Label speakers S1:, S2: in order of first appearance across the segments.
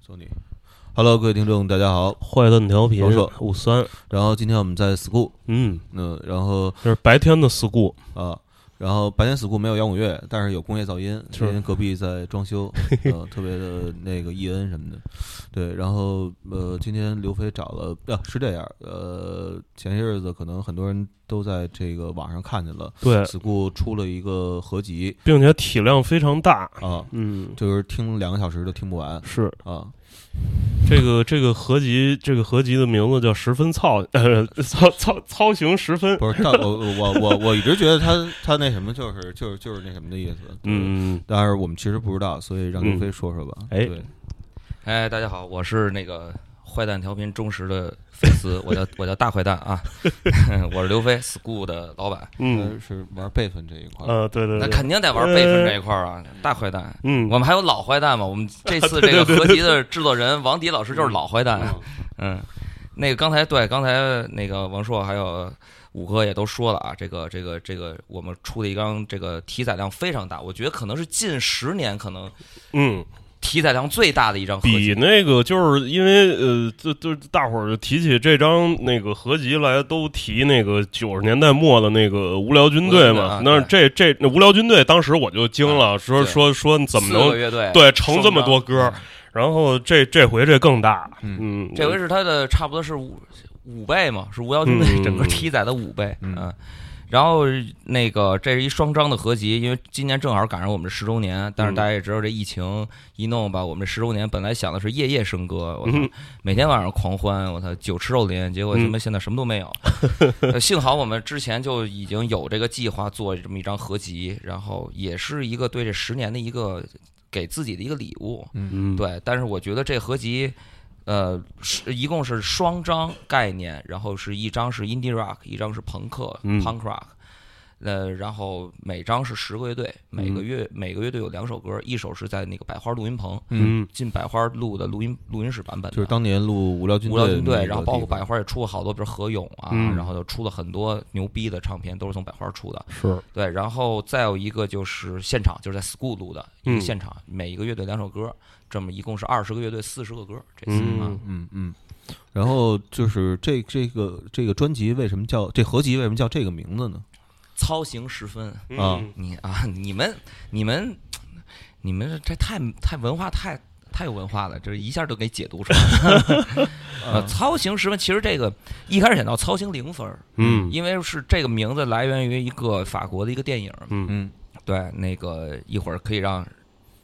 S1: 索尼。Hello，各位听众，大家好。
S2: 坏蛋调频
S1: 老手
S2: 五三，
S1: 然后今天我们在 school，
S2: 嗯，
S1: 嗯，然后
S2: 这是白天的 school，
S1: 啊，然后白天 school 没有摇滚乐，但是有工业噪音，
S2: 是
S1: 因为隔壁在装 修，呃，特别的那个 E N 什么的。对，然后呃，今天刘飞找了，啊，是这样，呃，前些日子可能很多人都在这个网上看见了
S2: 对，
S1: ，school 出了一个合集
S2: 并且体量非常大，
S1: 啊，
S2: 嗯，
S1: 就是听两个小时都听不完
S2: 是
S1: 啊，
S2: 这个这个合集，这个合集的名字叫十分操，呃，操操操行十分，
S1: 不是，但我我我我一直觉得他他那什么就是就是就是那什么的意思，就是
S2: 嗯，
S1: 但是我们其实不知道，所以让
S3: 嗯
S1: 刘飞说说吧。
S2: 哎
S1: 对，
S3: 哎，大家好，我是那个坏蛋调频忠实的粉 丝，我叫我叫大坏蛋啊， 我是刘飞 school 的老板，
S2: 嗯，
S1: 他是玩辈分这一块儿。
S2: 呃，对对
S3: 那
S2: 对，
S3: 肯定得玩辈分这一块儿啊，大坏蛋。
S2: 嗯，
S3: 我们还有老坏蛋嘛？我们 这次这个合集的制作人王迪老师就是老坏蛋啊，嗯，那个刚才对刚才那个王硕还有五哥也都说了啊，这个这个这个我们出的一张这个题材量非常大，我觉得可能是近十年可能
S2: 嗯，
S3: 题材量最大的一张合
S2: 比
S3: 集，
S2: 那个就是因为呃，就就大伙儿提起这张那个合集来，都提那个九十年代末的那个无聊军队啊嘛。
S3: 无聊军队
S2: 那
S3: 啊
S2: 这这那无聊军队，当时我就惊了，说
S3: 对
S2: 说说你怎么
S3: 四个
S2: 能
S3: 乐队
S2: 对成这么多
S3: 双
S2: 歌
S3: 张？
S2: 然后这这回这更大，
S1: 嗯
S2: 嗯，
S3: 嗯这回是它的差不多是五五倍嘛，是无妖军的
S2: 嗯
S3: 整个题材的五倍，
S1: 嗯
S3: 然后那个这是一双张的合集，因为今年正好赶上我们十周年，
S1: 嗯
S3: 但是大家也知道这疫情一弄吧，我们十周年本来想的是夜夜笙歌，我操
S2: 嗯，
S3: 每天晚上狂欢，我操，酒池肉林，结果
S1: 嗯
S3: 他妈现在什么都没有。呃幸好我们之前就已经有这个计划做这么一张合集，然后也是一个对这十年的一个给自己的一个礼物，
S2: 嗯，
S3: 对，但是我觉得这合集，呃，是一共是双张概念，然后是一张是 indie rock，一张是朋克、
S2: 嗯
S3: punk rock，呃，然后每张是十个乐队，每
S1: 嗯
S3: 个乐、每个乐队有两首歌，一首是在那个百花录音棚
S2: 嗯
S3: 进百花录的录音录音室版本的，
S1: 就是当年录《无聊军
S3: 无
S1: 队》那个
S3: 聊军
S1: 地方，
S3: 队，然后包括百花也出过好多，比如何勇啊，
S2: 嗯
S3: 然后就出了很多牛逼的唱片，都是从百花出的。
S2: 是，
S3: 对，然后再有一个就是现场，就是在 school 录的一
S2: 嗯
S3: 个现场，每一个乐队两首歌，这么一共是二十个乐队四十个歌，这次啊
S2: 嗯，
S1: 嗯嗯。然后就是这这个这个专辑为什么叫这合集为什么叫这个名字呢？
S3: 啊操行十分，
S1: 啊
S3: 你啊，你们你们你们这太太文化太太有文化了，这一下就给解读出来了。 呃，操行十分，其实这个一开始想到操行零分儿，
S2: 嗯
S3: 因为是这个名字来源于一个法国的一个电影，
S2: 嗯
S1: 嗯
S3: 对，那个一会儿可以让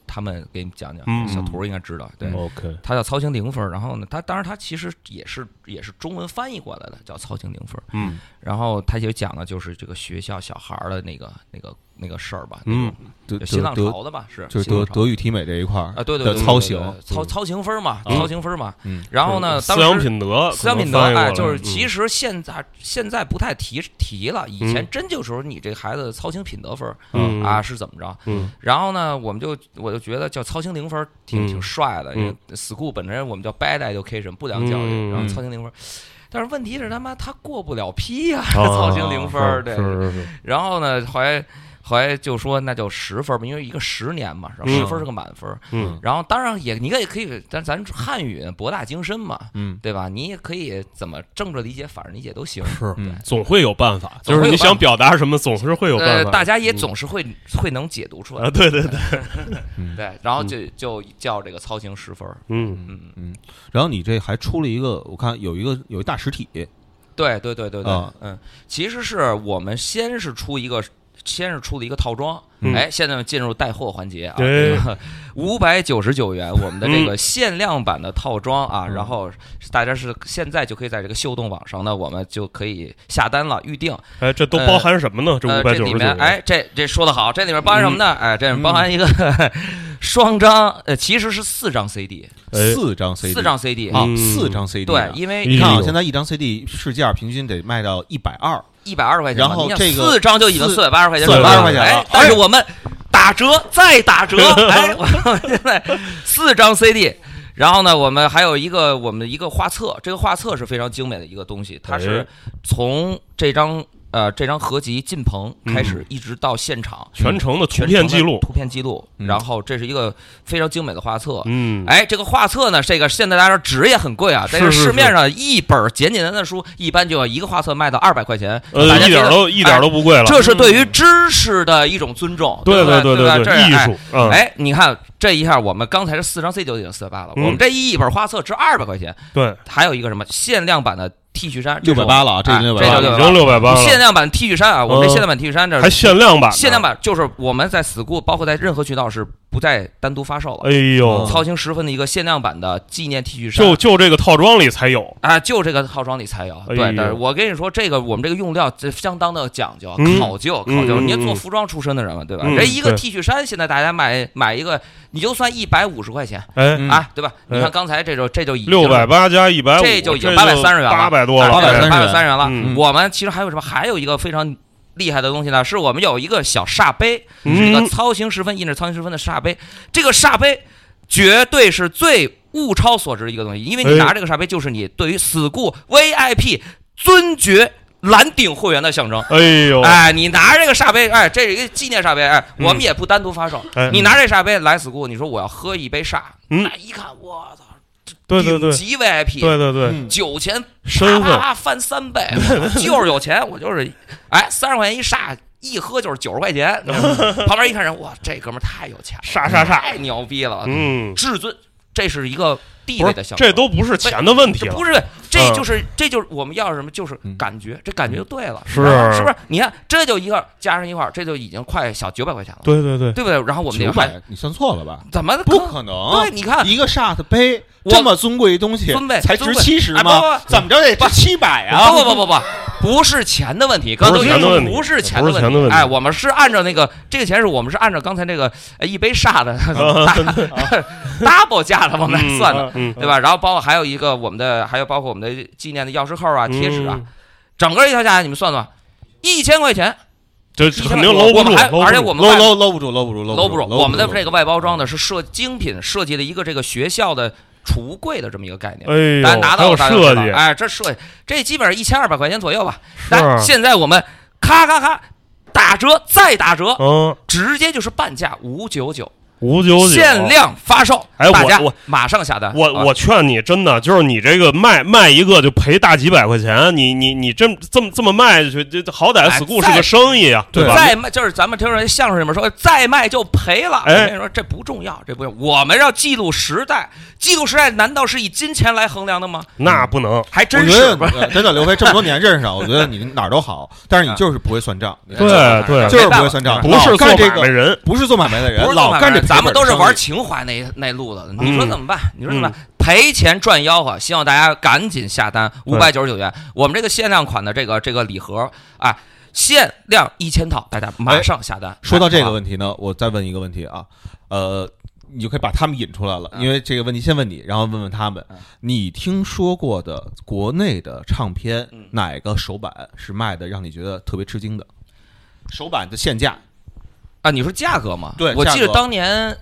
S3: 他们给你讲
S2: 嗯
S3: 讲，小图儿应该知道，对。
S2: ，OK，
S3: 它叫操行零分儿，然后呢，它当然它其实也是也是中文翻译过来的，叫操行零分儿。
S2: 嗯
S3: 然后它就讲的就是这个学校小孩儿的那个那个那个事儿吧，
S2: 嗯
S1: 德
S3: 那个新
S1: 德
S3: 浪
S1: 德
S3: 潮的吧，是
S1: 就是
S3: 新
S1: 德
S3: 浪潮
S1: 德语体美这一块儿
S3: 啊，对对
S1: 的
S3: 对，
S1: 操
S3: 行
S1: 行，
S3: 操操行分儿嘛，
S2: 嗯
S3: 操行分儿嘛。
S1: 嗯
S3: 然后呢，当
S2: 思想
S3: 时
S2: 品德，
S3: 思想品德，
S2: 可能翻译过来嗯
S3: 哎，就是其实现在现在不太提提了，以前真就是说你这孩子操行品德分儿
S2: 嗯
S3: 啊，是怎么着？
S2: 嗯
S3: 然后呢，我们就我就觉得叫操行零分儿挺
S2: 嗯
S3: 挺帅的，
S2: 嗯
S3: 因为 school 本身我们叫 bad education 不良教
S2: 嗯
S3: 育，然后操行零分儿。但是问题是他妈他过不了批呀， 操行零分儿，
S2: 哦是
S3: 对。
S2: 啊是是，
S3: 然后呢，后来后来就说那就十分儿吧，因为一个十年嘛，然
S2: 嗯
S3: 后十分儿是个满分儿。
S2: 嗯
S3: 然后当然也你也可以，但咱汉语博大精深嘛，
S1: 嗯
S3: 对吧？你也可以怎么正着理解、反着理解都行。
S2: 是
S1: 嗯
S2: 总会有办法，
S3: 总
S2: 就
S3: 会有
S2: 是你
S3: 办
S2: 想
S3: 法
S2: 表达什么，总是会有办
S3: 呃，
S2: 法。嗯
S3: 大家也总是会会能解读出
S2: 啊，
S3: 来，
S2: 对嗯对 对，
S3: 对。然后就就叫这个操行十分儿，
S2: 嗯
S3: 嗯，
S1: 然后你这还出了一个，我看有一个有一大实体，
S3: 对对对对对
S1: 啊，
S3: 嗯，其实是我们先是出一个，先是出了一个套装，
S2: 嗯
S3: 哎，现在进入带货环节啊
S2: 哎，
S3: 五百九十九元，我们的这
S2: 嗯
S3: 个限量版的套装啊，
S1: 嗯
S3: 然后大家是现在就可以在这个秀动网上呢，我们就可以下单了，预定。
S2: 哎，这都包含什么呢？这
S3: 呃，
S2: 五
S3: 这
S2: 百九
S3: 里
S2: 十九，嗯
S3: 面，哎，这这说的好，这里面包含什么呢？哎，这里面包含一个 双张，呃，其实是四张 CD，
S2: 哎
S1: 四张 CD，
S3: 四张 CD
S1: 啊，
S2: 嗯
S1: 四张 CD 啊。
S3: 对，因为
S1: 你看
S2: 哎
S1: 啊，
S2: 呦
S1: 现在一张 CD 市价平均得卖到一百二，
S3: 一百二十块钱嘛，
S1: 然后
S3: 你想
S1: 这个
S3: 四张就已经
S1: 四
S3: 四百八十块钱，
S2: 480
S3: 是吧
S2: 块
S1: 钱了
S3: 哎
S1: 哎，
S3: 但是我们打折再打折，哎，我们现在四张 CD。然后呢，我们还有一个我们的一个画册，这个画册是非常精美的一个东西，它是从这张呃这张合集进棚开始一直到现场
S2: 全程的图
S3: 全
S2: 片
S3: 程的
S2: 记录，
S3: 图片记录，
S1: 嗯
S3: 然后这是一个非常精美的画册。
S2: 嗯，
S3: 哎，这个画册呢，这个现在大家说纸也很贵啊，但
S2: 是是
S3: 市面上一本简简单单的书，一般就要一个画册卖到二百块钱，
S2: 呃
S3: 大，家
S2: 一
S3: 觉
S2: 点
S3: 得
S2: 都一点都不贵了，
S3: 这是对于知识的一种尊重，
S2: 对
S3: 不对
S2: 对
S3: 吧这
S2: 对，
S3: 是
S2: 艺
S3: 哎
S2: 术，嗯，
S3: 哎，你看这一下，我们刚才是四张 C 九已经四十八了，
S2: 嗯
S3: 我们这一本画册值二百块钱，
S2: 对，
S3: 还有一个什么限量版的 T 恤衫，
S1: 六百八
S3: 了，
S1: 了啊，
S3: 哎
S1: 这六百
S3: 这
S1: 八
S3: 就
S1: 了，
S2: 已经六百八了，
S3: 限量版 T 恤衫啊，我
S2: 嗯
S3: 们这限量版 T 恤衫这
S2: 还限量版，
S3: 限量，版就是我们在 school 包括在任何渠道是不再单独发售了，
S2: 哎呦，
S3: 操心十分的一个限量版的纪念 T 恤衫，
S2: 就就这个套装里才有，
S3: 啊，就这个套装里才有。
S2: 哎
S3: 对，
S2: 呦
S3: 但是我跟你说，这个我们这个用料这相当的讲究，啊
S2: 嗯
S3: 考究，
S2: 嗯
S3: 考究。
S2: 嗯
S3: 您做
S2: 嗯
S3: 服装出身的人嘛，对吧？
S2: 嗯
S3: 这一个
S2: 对
S3: T 恤衫，现在大家买买一个，你就算一百五十块钱
S2: 哎，
S1: 嗯
S3: 啊，对吧？你
S2: 哎
S3: 看刚才这就这就已经
S2: 六百八加一百五，
S3: 这就已经830元了
S2: 八百多了，
S1: 830元
S3: 八百三十元了
S2: 嗯。
S3: 我们其实还有什么？还有一个非常。厉害的东西呢，是我们有一个小煞杯，
S2: 嗯
S3: 是一个操行十分印着操行十分的煞杯。这个煞杯绝对是最物超所值的一个东西，因为你
S2: 哎
S3: 拿这个煞杯，就是你对于死固 VIP 尊爵蓝顶会员的象征。
S2: 哎呦，
S3: 哎，你拿这个煞杯，哎，这是一个纪念煞杯，哎，
S2: 嗯
S3: 我们也不单独发售。
S2: 哎
S3: 你拿这煞杯来死固，你说我要喝一杯煞，
S2: 嗯
S3: 那一看，我操，
S2: 对对对
S3: 顶，级 VIP，
S2: 对对对，
S1: 嗯
S3: 酒钱
S2: 身
S3: 啪啪
S2: 份，
S3: 啪翻三倍，我就是有钱，我就是，哎，三十块钱一煞，一喝就是九十块钱。旁边一看人，哇，这哥们儿太有钱了，
S2: 煞煞煞，
S3: 太牛逼了，
S2: 嗯，
S3: 至尊，这是一个地
S2: 不
S3: 位
S2: 是
S3: 的象征。
S2: 这都不是钱的问题
S3: 这
S2: 了
S3: 不，是，这就是这就是我们要什么，就是感觉，这感觉就对了，
S2: 是
S3: 吧是不是？你看，这就一个加上一块儿，这就已经快小九百块钱了，
S2: 对对对，
S3: 对不对？然后我们这
S1: 九
S3: 个还
S1: 百，你算错了吧？
S3: 怎么
S1: 不
S3: 可
S1: 可能，
S3: 对，你看
S1: 一个 shot 杯
S3: 我
S1: 这么尊贵的东西
S3: 尊贵，
S1: 才
S3: 尊
S1: 值
S3: 贵
S1: 七十
S3: 哎不
S1: 吗？
S3: 不
S1: 怎么着也值七百啊！
S3: 哎不不不不不，不是钱的问题，刚刚都已经说不是钱
S2: 不
S3: 的
S2: 是钱的问题
S3: 哎，我们是按照那个这个钱是我们是按照刚才那个呃一杯煞的
S2: 啊
S3: double 价的往来哦算的，
S2: 嗯，
S3: 对吧？然后包括还有一个我们的，还有包括我们的纪念的钥匙扣啊、
S2: 嗯
S3: 贴纸啊，，整个一条下来你们算算，一千块钱，
S2: 这
S3: 一千
S2: 肯
S3: 块
S2: 定
S3: 钱
S2: 搂不
S3: 我
S2: 住，
S3: 们还
S2: 搂不
S3: 而且
S2: 住
S3: 我们
S1: 搂
S3: 外
S1: 搂搂不住，搂不住，
S3: 搂
S1: 搂
S3: 不
S1: 住
S3: 住，，我们的这
S1: 个
S3: 个外包装呢是设精品设计的一个这个学校的橱柜的这么一个概念。
S2: 哎呦，
S3: 大家拿
S2: 还
S3: 到
S2: 有
S3: 了大家就知
S2: 设
S3: 道
S2: 计，
S3: 哎，这设计这基本上一千二百块钱左右吧。
S2: 是
S3: 但现在我们咔咔咔打折再打折，
S2: 嗯，
S3: 直接就是半价五九九，
S2: 五九九
S3: 限。量发售，
S2: 啊哎我
S3: 大家
S2: 我
S3: 马上下单。
S2: 我
S3: 啊
S2: 我劝你，真的就是你这个卖卖一个就赔大几百块钱，你你你这么这么这么卖下去，这这好歹
S3: 哎
S2: school
S3: 再
S2: 是个生意啊，
S1: 对
S2: 吧？
S3: 再卖就是咱们听人相声里面说再卖就赔了，
S2: 哎
S3: 我跟你说这不重要，这不重要。我们要记录时代，记录时代难道是以金钱来衡量的吗？
S2: 那不能，
S3: 还
S1: 我
S3: 真
S1: 觉
S3: 是
S1: 得
S3: 不是啊
S1: 呃真的，刘飞这么多年认识啊，我觉得你哪儿都好，但是你就是不会算账，你
S2: 对对
S1: 就是不
S3: 没办法
S1: 会算账，
S2: 不
S1: 老
S2: 是做
S1: 干这
S2: 买卖
S1: 个，
S2: 人，
S1: 不是做买卖的人
S3: 不，是
S1: 老
S3: 这么
S1: 干这赔本生意，嗯
S3: 咱们都是玩情怀那那路子的。你说怎么办？你说怎么办？赔钱赚吆喝，希望大家赶紧下单，五百九十九元。我们这个限量款的这个这个礼盒啊，限量一千套，大家马上下单。
S1: 哎说到这个
S3: 啊，
S1: 问题呢，我再问一个问题啊，呃，你就可以把他们引出来了，
S3: 嗯
S1: 因为这个问题先问你，然后问问他们
S3: 嗯，
S1: 你听说过的国内的唱片
S3: 嗯
S1: 哪个首版是卖的让你觉得特别吃惊的？首版的现价，
S3: 啊你说价格嘛？
S1: 对
S3: 我记
S1: 价
S3: 得
S1: 格
S3: 当年。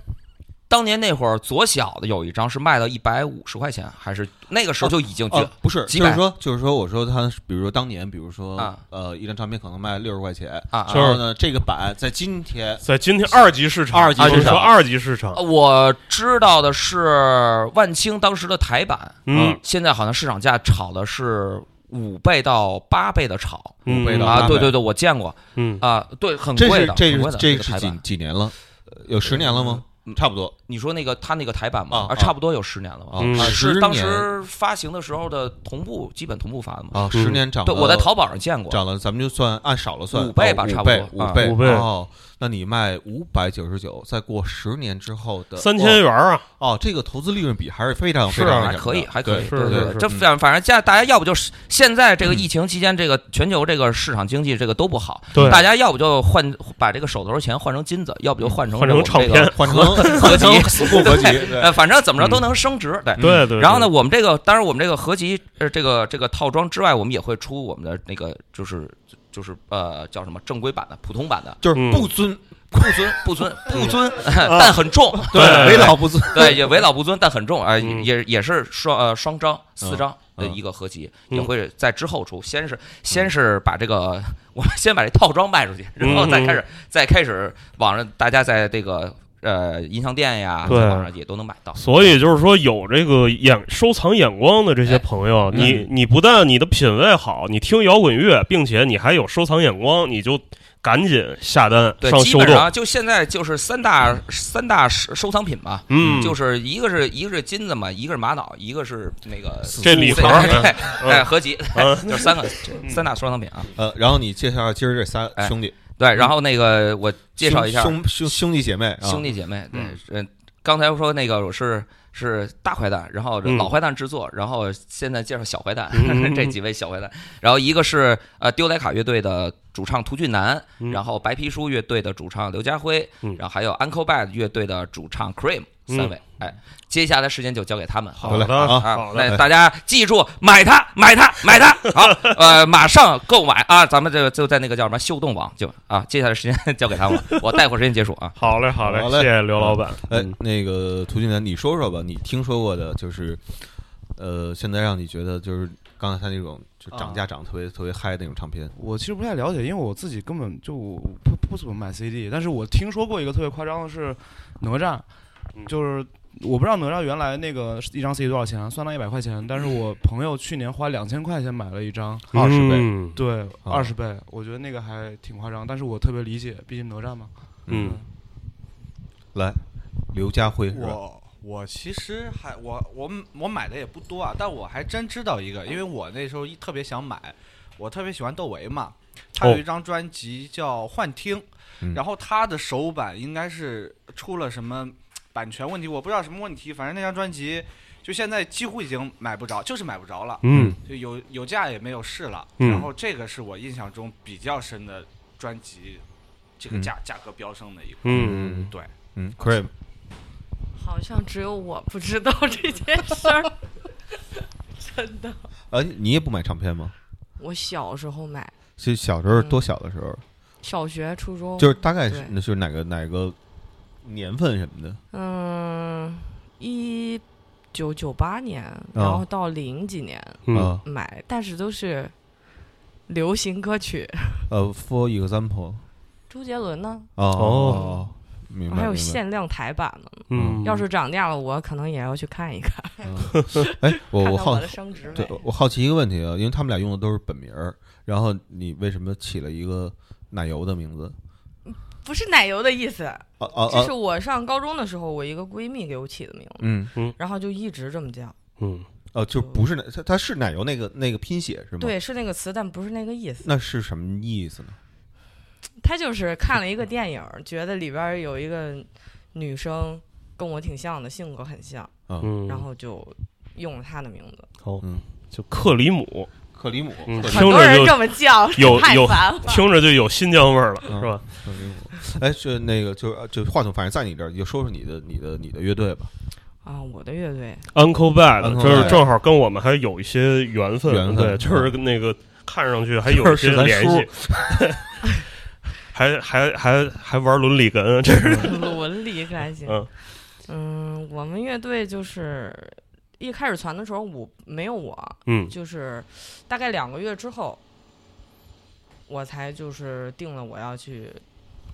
S3: 当年那会儿，左小的有一张是卖到一百五十块钱，还是那个时候就已经觉
S1: 哦
S3: 得，
S1: 不是，
S3: 几
S1: 就
S3: 百
S1: 是说，就是说，我说他，比如说当年，比如说
S3: 啊，
S1: 呃，一张唱片可能卖六十块钱，
S3: 啊
S1: 然
S3: 啊，
S1: 后呢，这个版在今天
S2: 在今天二级市场，啊
S1: 二级
S2: 就是
S1: 市场
S2: 说二级市
S3: 哦
S2: 场，
S3: 呃我知道的是万青当时的台版，
S2: 嗯，
S3: 现在好像市场价炒的是五倍到八倍的炒
S2: 嗯
S1: 五倍到
S3: 啊，
S1: 八
S3: 对
S1: 倍
S3: 对对，我见过
S2: 嗯，
S3: 啊，对，很
S1: 这
S3: 贵
S1: 是
S3: 的，
S1: 这
S3: 很贵
S1: 是
S3: 的
S1: 这是
S3: 台
S1: 几
S3: 版。嗯
S1: 几年了？呃有十年了吗？差不多
S3: 你说那个他那个台版嘛
S1: 啊，
S3: 啊，
S1: 啊
S3: 差不多有十年了吧？
S1: 啊
S2: 嗯，
S1: 十
S3: 是
S1: 年
S3: 当时发行的时候的同步，基本同步发的嘛。
S1: 啊，十年涨了。
S3: 嗯对，我在淘宝上见过。
S1: 涨了，咱们就算按少了算
S3: 五倍吧
S1: 哦
S3: 差不
S1: 五倍
S3: 多啊
S1: 五倍，
S2: 五倍
S1: 哦，那你卖五百九十九，再过十年之后
S3: 呃
S1: 的
S2: 三千元啊，
S1: 哦，哦这个投资利润比还是非常
S2: 是
S1: 非
S2: 啊
S1: 常那
S3: 还
S1: 什么
S3: 可以，
S1: 的
S3: 还可以，
S1: 对
S2: 是
S3: 对对
S2: 是
S3: 对
S2: 是
S3: 这反反正现在大家要不就是现在这个疫情期间，这个全球这个市场经济这个都不好，
S2: 对，
S3: 大家要不就换把这个手头的钱换成金子，要不就换成
S2: 换
S3: 这
S2: 成唱
S3: 个这个
S2: 片
S1: 换成
S3: 合
S1: 合
S3: 集
S1: 成死固 合集，
S3: 对
S1: 对
S3: 呃，反正怎么着都能升值，对。
S2: 对嗯对，
S3: 嗯然后呢，
S2: 对，
S3: 我们这个当然我们这个合集呃这个这个套装之外，我们也会出我们的那个就是就是呃叫什么正规版的、普通版的，
S1: 就是
S2: 嗯
S1: 不尊
S3: 不尊不尊 不尊，
S2: 啊
S3: 但很重，
S2: 对
S1: 为老不尊，
S3: 对，也为老不尊，但很重，哎，
S2: 嗯
S3: 也也是双呃双张四张的
S1: 嗯
S3: 一个合集，
S2: 嗯
S3: 也会在之后出。先是先是把这个，我们先把这套装卖出去，然后
S2: 嗯
S3: 再开始再开始网上大家在这个呃音像店呀，
S2: 对
S3: 在网上也都能买到。
S2: 所以就是说，有这个眼收藏眼光的这些朋友，
S3: 哎
S2: 你你不但你的品味好，你听摇滚乐，并且你还有收藏眼光，你就赶紧下单
S3: 对，
S2: 上
S3: 基
S2: 秀
S3: 本
S2: 动。
S3: 上就现在就是三大三大收收藏品嘛，
S2: 嗯，
S3: 就是一个是一个是金子嘛，一个是玛瑙，一个是那个
S2: 这礼盒
S3: 对，
S2: 嗯
S3: 哎，合集
S2: 嗯
S3: 就是 三个三大收藏品啊。
S1: 呃，然后你介绍今儿这仨
S3: 哎
S1: 兄弟，
S3: 对，然后那个我介绍一下
S1: 兄兄兄弟姐妹啊，
S3: 兄弟姐妹，对
S2: 嗯，
S3: 嗯，刚才说那个我是是大坏蛋，然后
S2: 嗯
S3: 老坏蛋制作，然后现在介绍小坏蛋
S2: 嗯
S3: 这几位小坏蛋，然后一个是呃丢莱卡乐队的主唱涂俊南，
S2: 嗯
S3: 然后白皮书乐队的主唱刘家辉
S2: 嗯，
S3: 然后还有 Uncle Bad 乐队的主唱 Cream
S2: 嗯
S3: 三位，哎，接下来时间就交给他们，
S2: 好
S1: 嘞
S2: 的
S1: 啊
S3: 啊
S2: 好，的，哎
S3: 那大家记住，买它，买它，买它。好，呃，马上购买啊！咱们这个就在那个叫什么秀动网就啊，接下来时间 交给他们了，我待会儿时间结束啊。
S2: 好嘞，好嘞，
S1: 好嘞
S2: 谢谢刘老板。
S1: 哎
S2: 嗯，
S1: 那个涂俊南，你说说吧，你听说过的，就是，呃，现在让你觉得就是刚才他那种就涨
S3: 啊
S1: 价涨得特别、特别嗨的那种唱片，
S4: 我其实不太了解，因为我自己根本就不不怎么买 CD，但是我听说过一个特别夸张的是哪吒
S2: 嗯，
S4: 就是我不知道哪吒原来那个一张 CD 多少钱，啊算到一百块钱，但是我朋友去年花两千块钱买了一张，
S1: 20倍
S2: 嗯
S4: 对，
S5: 啊
S4: 二十倍，我觉得那个还挺夸张，但是我特别理解，毕竟哪吒嘛，
S2: 嗯，
S1: 来，刘家辉是吧？
S5: 我我其实还我我我买的也不多啊，但我还真知道一个，因为我那时候一特别想买，我特别喜欢窦唯嘛，他有
S2: 哦
S5: 一张专辑叫《幻听》，
S1: 嗯
S5: 然后他的首版应该是出了什么版权问题，我不知道什么问题，反正那张专辑就现在几乎已经买不着，就是买不着了，
S2: 嗯
S5: 就有有价也没有市了。
S2: 嗯
S5: 然后这个是我印象中比较深的专辑，这个
S1: 嗯
S5: 价、价格飙升的一个，
S2: 嗯，
S5: 对。
S1: 嗯，Cream，
S6: 好像只有我不知道这件事儿，真的。
S1: 呃，你也不买唱片吗？
S6: 我小时候买，
S1: 其实小时候
S6: 嗯
S1: 多小的时候，
S6: 小学、初中
S1: 就是大概是
S6: 对
S1: 那就是哪个哪个年份什么的，
S6: 嗯，一九九八年，然后到零几年
S2: 嗯
S1: 啊
S6: 买，但是都是流行歌曲，
S1: 呃，For example，
S6: 周杰伦呢，
S1: 哦
S2: 哦，
S1: 明白，
S6: 还有
S1: 明白
S6: 限量台版呢。
S2: 嗯，
S6: 要是涨价了，我可能也要去看一看，
S1: 哎，我
S6: 看
S1: 我
S6: 看我
S1: 好
S6: 的升值
S1: 对
S6: 没。，
S1: 我好奇一个问题啊，因为他们俩用的都是本名儿，然后你为什么起了一个奶油的名字？
S6: 不是奶油的意思，
S1: 啊啊
S6: 这
S1: 啊
S6: 是！我上高中的时候，我一个闺蜜给我起的名字，
S1: 嗯，
S6: 然后就一直这么叫。
S2: 嗯
S1: 哦，就不是奶，它它是奶油那个那个拼写是吗？，
S6: 对，是那个词，但不是那个意思。
S1: 那是什么意思呢？
S6: 他就是看了一个电影儿，觉得里边儿有一个女生跟我挺像的，性格很像，
S1: 啊
S2: 嗯，
S6: 然后就用了她的名字。
S2: 好
S1: 嗯，
S2: 就克里姆，
S1: 克里姆，
S2: 嗯
S1: 克里
S6: 很
S2: 听
S6: 多
S2: 着
S6: 人
S2: 就
S6: 这么叫，
S2: 有
S6: 太
S2: 有
S6: 烦了。
S2: 听着就有新疆味儿了，
S1: 嗯
S2: 是吧？
S1: 克里姆。哎，是那个，就是就话筒，反正在你这儿，你就说说你的你的你的乐队吧，
S6: 啊，我的乐队
S2: Uncle Bad，
S1: Uncle
S2: 就是
S1: Bad
S2: 正好跟我们还有一些缘分，
S1: 缘分
S2: 对，就是跟那个看上去还有一些
S1: 就是咱
S2: 联系，还还还还玩伦理哏，啊这是
S6: 伦理开心。
S2: 嗯
S6: 嗯，我们乐队就是一开始传的时候，我没有我，
S2: 嗯
S6: 就是大概两个月之后，我才就是定了我要去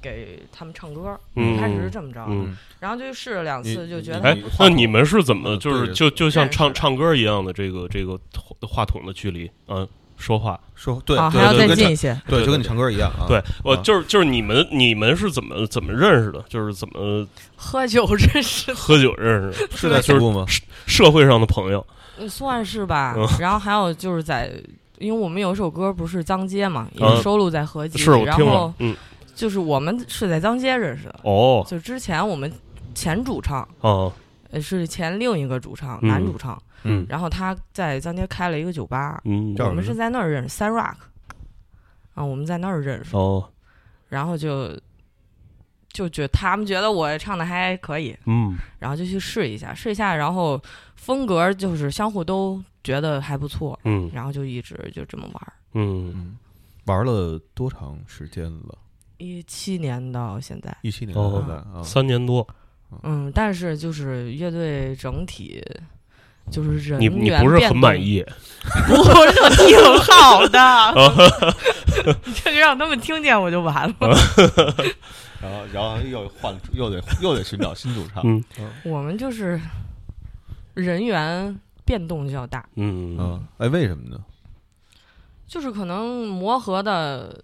S6: 给他们唱歌。
S2: 嗯
S6: 一开始是这么着，
S2: 嗯。
S6: 然后就试了两
S1: 你
S6: 次，就觉
S1: 你
S6: 得
S2: 哎
S1: 话，
S2: 那
S1: 筒
S2: 你们是怎么
S1: 嗯
S2: 就是
S1: 对
S2: 就就像唱
S6: 认识
S2: 唱歌一样的这个这个话筒的距离，嗯，说话，
S1: 说对
S6: 啊，
S1: 对
S6: 还要
S1: 对
S6: 再
S1: 跟
S6: 近
S1: 唱
S6: 一些。
S1: 对，就跟你唱歌一样啊。
S2: 对，我
S1: 啊
S2: 就是就是你们你们是怎么怎么认识的？就是怎么
S6: 喝酒 认识，
S2: 喝酒认识的？
S1: 是在徒
S2: 就是
S1: 步吗？
S2: 社会上的朋友，
S6: 呃算是吧
S2: 嗯。
S6: 然后还有就是在，因为我们有一首歌不是《脏街》嘛，
S2: 嗯
S6: 也收录在合集
S2: 是
S6: 里。
S2: 我
S6: 然
S2: 听
S6: 后
S2: 了，嗯，
S6: 就是我们是在脏街认识的，
S2: 哦，
S6: 就之前我们前主唱。
S2: 哦，
S6: 呃，是前另一个主唱，
S2: 嗯
S6: 男主唱，
S2: 嗯
S6: 然后他在脏街开了一个酒吧，
S2: 嗯，
S1: 叫
S6: 我
S1: 什
S6: 们
S1: 么
S6: 是在那儿认识，Sun Rock，啊，我们在那儿认识，
S2: 哦，
S6: 然后就就觉他们觉得我唱的还可以，
S2: 嗯
S6: 然后就去试一下，试一下，然后风格就是相互都觉得还不错，
S2: 嗯
S6: 然后就一直就这么玩儿，
S2: 嗯，
S1: 嗯，玩了多长时间了？
S6: 一七年到现在，
S1: 一七年
S2: 哦
S1: 到现在啊，
S2: 三年多，
S6: 嗯，但是就是乐队整体就是人
S2: 你你
S6: 员
S2: 不是
S6: 变
S2: 很
S6: 动
S2: 满，意？
S6: 不是挺好的。你这个让他们听见我就完了。
S2: 啊
S1: 然后然后又换了又得又得寻找新主唱，
S2: 嗯
S6: 我们就是人员变动较大，
S2: 嗯
S1: 嗯，哎，为什么呢？
S6: 就是可能磨合的，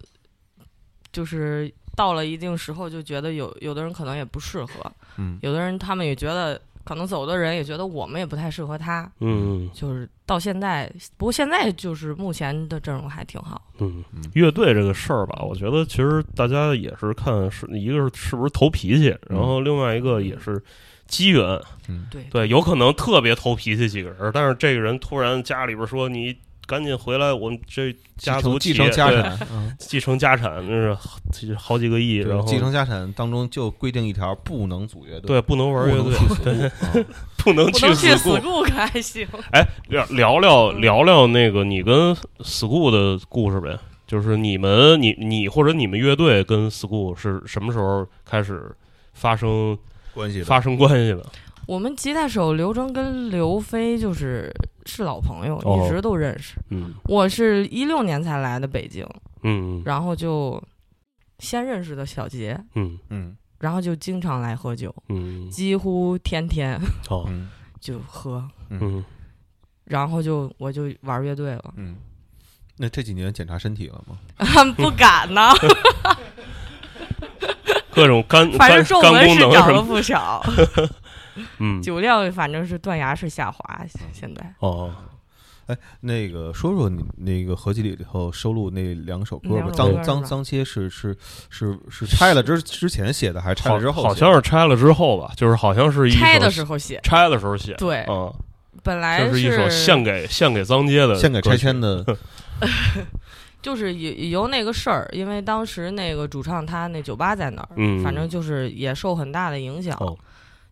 S6: 就是到了一定时候就觉得有有的人可能也不适合，
S1: 嗯
S6: 有的人他们也觉得可能走的人也觉得我们也不太适合他，
S2: 嗯
S6: 就是到现在，不过现在就是目前的阵容还挺好。
S2: 嗯，乐队这个事儿吧，我觉得其实大家也是看是一个是是不是投脾气，然后另外一个也是机缘。
S1: 嗯
S6: 对
S2: 对，有可能特别投脾气几个人，但是这个人突然家里边说你赶紧回来，我们这家族
S1: 继承
S2: 企
S1: 继承
S2: 业
S1: 家
S2: 对
S1: 产，嗯
S2: 继承家产，那是好几好几个亿，然
S1: 对
S2: 后
S1: 继承家产当中就规定一条，不能组乐队，
S2: 对不能
S1: 不
S2: 玩乐
S1: 能
S2: 队，
S1: 去啊死路。
S2: 不能
S6: 不能去
S2: 死
S6: school 还行，
S2: 哎，聊聊聊聊聊那个你跟 school 的故事呗，就是你们你你或者你们乐队跟 school 是什么时候开始发生
S1: 关系的
S2: 发生关系的？
S6: 我们吉他手刘铮跟刘飞就是是老朋友，
S2: 哦
S6: 一直都认识。
S2: 嗯
S6: 我是一六年才来的北京，
S2: 嗯
S6: 然后就先认识的小杰，
S2: 嗯
S1: 嗯
S6: 然后就经常来喝酒，
S2: 嗯，
S6: 几乎天天
S2: 好，
S1: 嗯
S6: 就喝，
S2: 嗯
S6: 然后就我就玩乐 队了，
S1: 嗯，那这几年检查身体了吗？
S6: 不敢 呢，
S2: 各种肝
S6: 反
S2: 肝
S6: 正皱
S2: 肝
S6: 纹
S2: 功
S6: 是
S2: 能
S6: 长
S2: 什
S6: 了
S2: 么，
S6: 不少，
S2: 嗯
S6: 酒量反正是断崖式下滑，现在。
S2: 哦，
S1: 哎那个说说你那个合集里头收录那两首歌吧，
S6: 两首歌
S1: 脏
S6: 是
S1: 脏
S6: 吧
S1: 脏些是是是是拆了之之前写的还是拆
S2: 好
S1: 了之后写的？
S2: 好像是拆了之后吧，就是好像是一
S6: 拆
S2: 首
S6: 的时候写，
S2: 拆的时候写，
S6: 对
S2: 嗯，
S6: 本来
S2: 这是一首献给献给脏街的，
S6: 嗯
S1: 献给拆迁， 的，
S6: 就是由由那个事儿，因为当时那个主唱他那酒吧在哪儿，
S2: 嗯，
S6: 反正就是也受很大的影响。
S2: 哦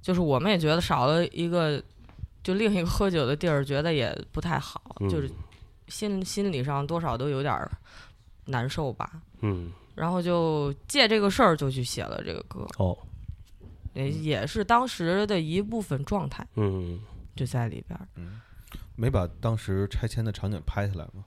S6: 就是我们也觉得少了一个，就另一个喝酒的地儿，觉得也不太好，
S2: 嗯
S6: 就是心心理上多少都有点儿难受吧。
S2: 嗯
S6: 然后就借这个事儿就去写了这个歌，
S2: 哦
S6: 也也是当时的一部分状态
S2: 嗯
S6: 就在里边儿
S1: 没把当时拆迁的场景拍下来吗？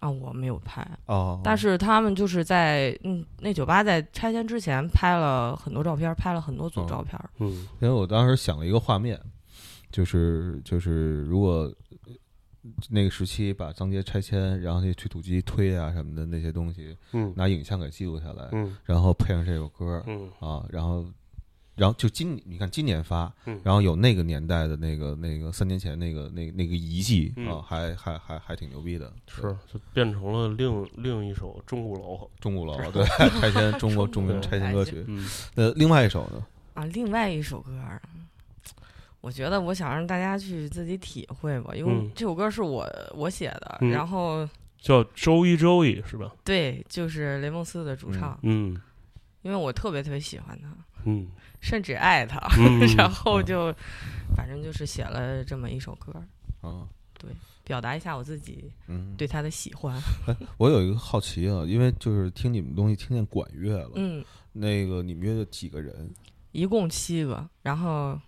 S6: 啊。我没有拍，
S1: 哦，
S6: 但是他们就是在嗯那酒吧在拆迁之前拍了很多照片，拍了很多组
S1: 哦
S6: 照片儿。
S2: 嗯
S1: 因为我当时想了一个画面，就是就是如果呃那个时期把脏街拆迁，然后那推土机推啊什么的那些东西，
S2: 嗯
S1: 拿影像给记录下来，
S2: 嗯
S1: 然后配上这首歌
S2: 嗯
S1: 啊，然后。然后就今你看今年发
S2: 嗯，
S1: 然后有那个年代的那个那个三年前那个那那个遗迹
S2: 嗯
S1: 啊，还还还还挺牛逼的，
S2: 是就变成了另另一首钟鼓楼，
S1: 中古楼对 拆迁中国中文拆迁歌曲。
S2: 嗯
S1: 呃，另外一首呢，
S6: 啊，另外一首歌儿，我觉得我想让大家去自己体会吧，因为
S2: 嗯
S6: 这首歌是我我写的，
S2: 嗯
S6: 然后
S2: 叫周一周一是吧？
S6: 对，就是雷蒙斯的主唱，
S2: 嗯
S6: 因为我特别特别喜欢他，
S2: 嗯
S6: 甚至爱他，
S2: 嗯
S6: 然后就、反正就是写了这么一首歌儿，
S1: 啊，
S6: 表达一下我自己
S1: 嗯，
S6: 对他的喜欢。
S1: 我有一个好奇啊，因为就是听你们东西听见管乐了，
S6: 嗯，
S1: 那个你们乐队几个人？
S6: 一共七个，然后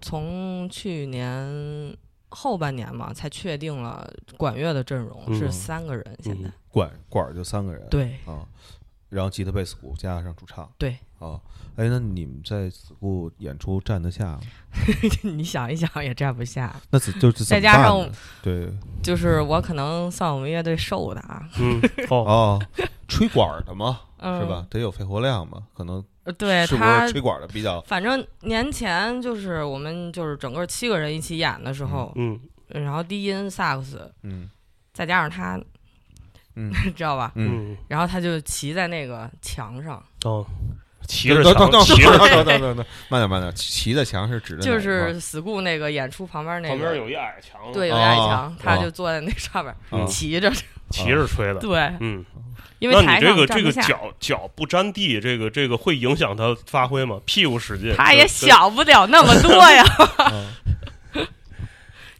S6: 从去年。后半年嘛，才确定了管乐的阵容、
S2: 嗯
S6: 是三个人，现在、
S2: 嗯
S1: 管管儿就三个人，
S6: 对，
S1: 啊，然后吉他、贝斯、鼓加上主唱，
S6: 对
S1: 啊，哎，那你们在子固演出站得下吗？
S6: 你想一想也站不下。
S1: 那子就是怎
S6: 再
S1: 么
S6: 加上
S1: 办呢对
S6: 就是我可能算我们乐队瘦的啊，
S2: 嗯哦
S1: 哦，吹管儿的嘛，
S6: 嗯，呃
S1: 是吧？？得有肺活量嘛，可能
S6: 对
S1: 是不
S6: 他
S1: 是，吹管儿的比较
S6: 反正年前就是我们就是整个七个人一起演的时候，
S2: 嗯
S6: 然后低音萨克斯，
S1: 嗯
S6: 再加上他，
S1: 嗯
S6: 知道吧？
S1: 嗯。
S2: 嗯
S6: 然后他就骑在那个墙上，
S2: 哦，骑
S1: 等
S2: 着
S1: 等等
S2: 墙
S1: 等等
S2: 骑着
S1: 等 等等等，慢点慢点，骑在墙是指的哪一块
S6: 就
S1: 儿，啊
S6: 是 school 那个演出旁边那
S2: 旁边
S6: 个，
S2: 有一矮墙，啊
S6: 对，有
S1: 哦
S6: 矮墙
S1: 哦，
S6: 他就坐在那上面
S1: 哦
S6: 骑着，
S2: 骑着吹的。
S6: 对，
S1: 啊
S2: 嗯，
S6: 因
S2: 那
S6: 为
S2: 你
S6: 台
S2: 这
S6: 上
S2: 个
S6: 站
S2: 这
S6: 不
S2: 个
S6: 下，
S2: 脚脚不沾地，这个这个会影响他发挥吗？屁股使劲，
S6: 他也
S2: 对，
S6: 想不了那么多 呀，
S1: 嗯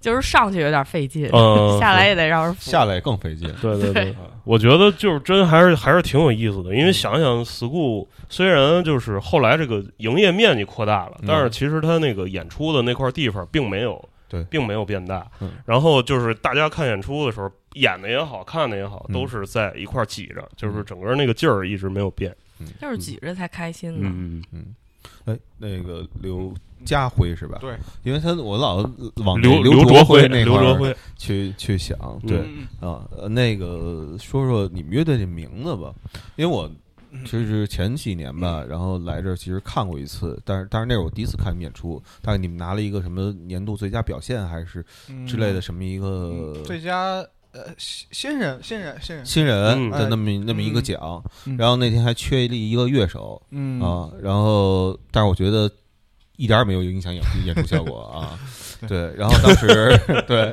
S6: 就是上去有点费劲，
S2: 嗯，
S6: 下来也得让人扶。
S1: 下来更费劲。
S2: 对对对
S6: 对，
S2: 我觉得就是真还是还是挺有意思的，因
S1: 嗯
S2: 为想想 school 虽然就是后来这个营业面积扩大了，
S1: 嗯
S2: 但是其实它那个演出的那块地方并没有
S1: 对
S2: 并没有变大
S1: 嗯。
S2: 然后就是大家看演出的时候，演的也好看的也好，
S1: 嗯
S2: 都是在一块儿挤着，就是
S1: 嗯
S2: 整个那个劲儿一直没有变。
S6: 就是挤着才开心呢。
S5: 嗯，
S1: 嗯，哎，那个刘家辉是吧？
S5: 对，
S1: 因为他我老往
S2: 刘
S1: 刘
S2: 卓
S1: 辉那
S2: 刘
S1: 块
S2: 卓
S1: 儿
S2: 辉，
S1: 去去想，对
S5: 嗯
S1: 啊，呃那个说说你们乐队这名字吧，因为我
S5: 嗯
S1: 其实是前几年吧，然后来这儿其实看过一次，但是但是那是我第一次看演出，但是你们拿了一个什么年度最佳表现还是
S5: 嗯
S1: 之类的什么一个
S5: 嗯最佳呃新新人新人新人，
S1: 新人
S2: 嗯
S1: 的那么那么一个奖，
S5: 嗯
S1: 然后那天还缺了一个乐手
S5: 嗯
S1: 啊，然后但是我觉得。一点儿也没有影响演出演出效果 啊，对，然后当时对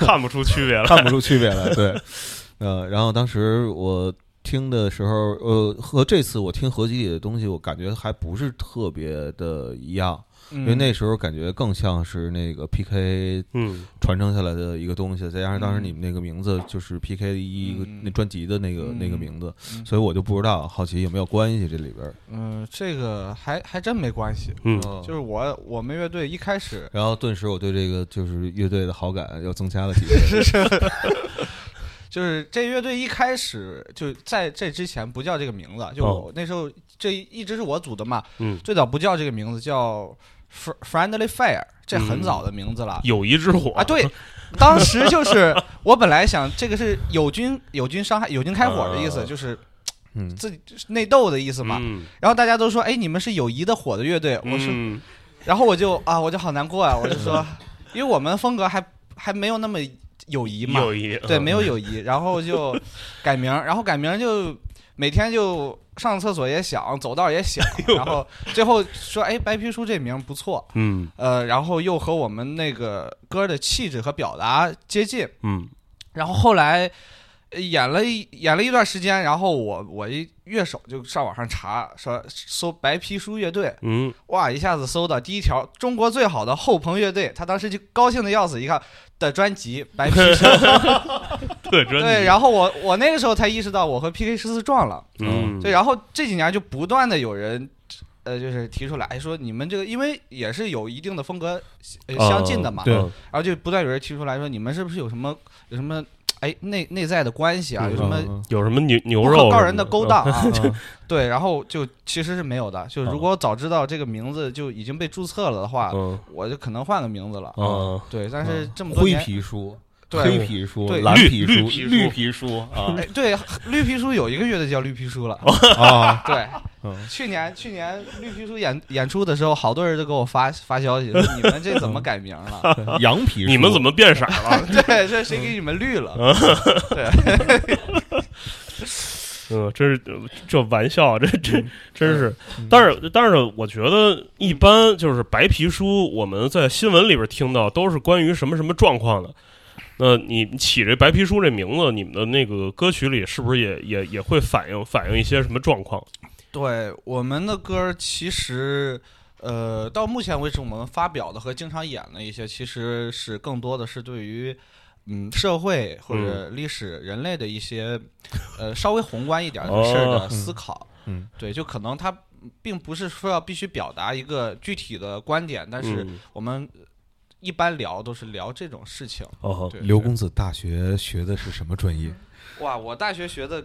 S2: 看不出区 别了。
S1: 看不出区别来，对，呃，然后当时我听的时候，呃，和这次我听合集里的东西，我感觉还不是特别的一样，
S5: 嗯
S1: 因为那时候感觉更像是那个 PK
S2: 嗯，
S1: 传承下来的一个东西，再加上当时
S5: 嗯
S1: 你们那个名字就是 P K 的一个、
S5: 嗯
S1: 那专辑的那个、那个名字，
S5: 嗯
S1: 所以我就不知道，好奇有没有关系这里边儿。
S5: 嗯、这个还还真没关系，
S2: 嗯
S1: 哦
S5: 就是我我们乐队一开始
S1: 然后顿时我对这个就是乐队的好感又增加了几分。
S5: 就是这乐队一开始就在这之前不叫这个名字，就
S2: 哦
S5: 我那时候这一直是我组的嘛，
S2: 嗯
S5: 最早不叫这个名字，叫 Fr- Friendly Fire，这
S2: 嗯
S5: 很早的名字了。
S2: 友谊之火
S5: 啊，对，当时就是我本来想这个是友军友军伤害友军开火的意思，
S2: 啊
S5: 就是
S1: 嗯，
S5: 自己内斗的意思
S2: 嗯
S5: 嘛。然后大家都说，哎，你们是友谊的火的乐队，我是，
S2: 嗯
S5: 然后我就啊，我就好难过啊，我就说，因为我们风格还还没有那么友谊嘛，
S2: 友谊
S5: 对，
S2: 嗯
S5: 没有友谊，然后就改名儿，然后改名儿就每天就上厕所也想，走道也想，然后最后说，哎，白皮书这名儿不错，
S2: 嗯
S5: 呃，然后又和我们那个歌的气质和表达接近，
S2: 嗯
S5: 然后后来。呃演了一演了一段时间，然后我我一乐手就上网上查，说搜白皮书乐队，
S2: 嗯，
S5: 哇，一下子搜到第一条中国最好的后朋乐队，他当时就高兴的要死，一看的专辑白皮 书，
S2: 对，真
S5: 对，
S2: 后
S5: 然后我我那个时候才意识到我和 PK 十四撞了，
S2: 嗯
S5: 对，然后这几年就不断的有人。呃，就是提出来说你们这个，因为也是有一定的风格呃
S2: 啊
S5: 相近的
S1: 哦
S5: 嘛，
S2: 对
S5: 然后就不断有人提出来说你们是不是有什么有什么哎内内在的关系啊，
S2: 嗯
S5: 有什么
S1: 嗯
S2: 有什么牛牛
S5: 不
S2: 肉
S5: 可告
S2: 什
S5: 人
S2: 么
S5: 的勾当啊？
S1: 嗯
S5: 对，然后就其实是没有的，就如果我早知道这个名字就已经被注册了的话，
S2: 嗯
S5: 我就可能换个名字了。
S2: 嗯
S5: 对，但是这么多
S1: 灰
S5: 年，
S1: 皮书、
S5: 对
S1: 黑皮书、
S5: 对
S1: 蓝
S2: 绿
S1: 皮
S2: 绿
S1: 书、
S2: 皮书
S1: 绿皮书啊
S5: 哎，对， 绿皮书有一个乐队叫绿皮书了。
S1: 啊！
S5: 对
S1: 嗯，
S5: 去年去年绿皮书演演出的时候，好多人都给我发发消息，说你们这怎么改名了？
S1: 羊皮书，
S2: 你们怎
S1: 么
S2: 么变色了？
S5: 对，这谁给你们绿了？
S2: 嗯，真是呃这玩笑，这这 真是。
S5: 嗯
S2: 但是但是，我觉得一般就是白皮书，我们在新闻里边听到都是关于什么什么状况的。那你起这白皮书这名字，你们的那个歌曲里是不是也也也会反映反映一些什么状况？
S5: 对，我们的歌儿其实。呃，到目前为止，我们发表的和经常演的一些，其实是更多的是对于，嗯，社会或者历史、人类的一些，呃，稍微宏观一点的事儿
S2: 哦
S5: 的思考。
S1: 嗯嗯
S5: 对，就可能它并不是说要必须表达一个具体的观点，但是
S2: 嗯
S5: 我们一般聊都是聊这种事情。
S2: 哦，
S5: 对，
S1: 刘公子大学学的是什么专 业？
S5: 哇，我大学学的，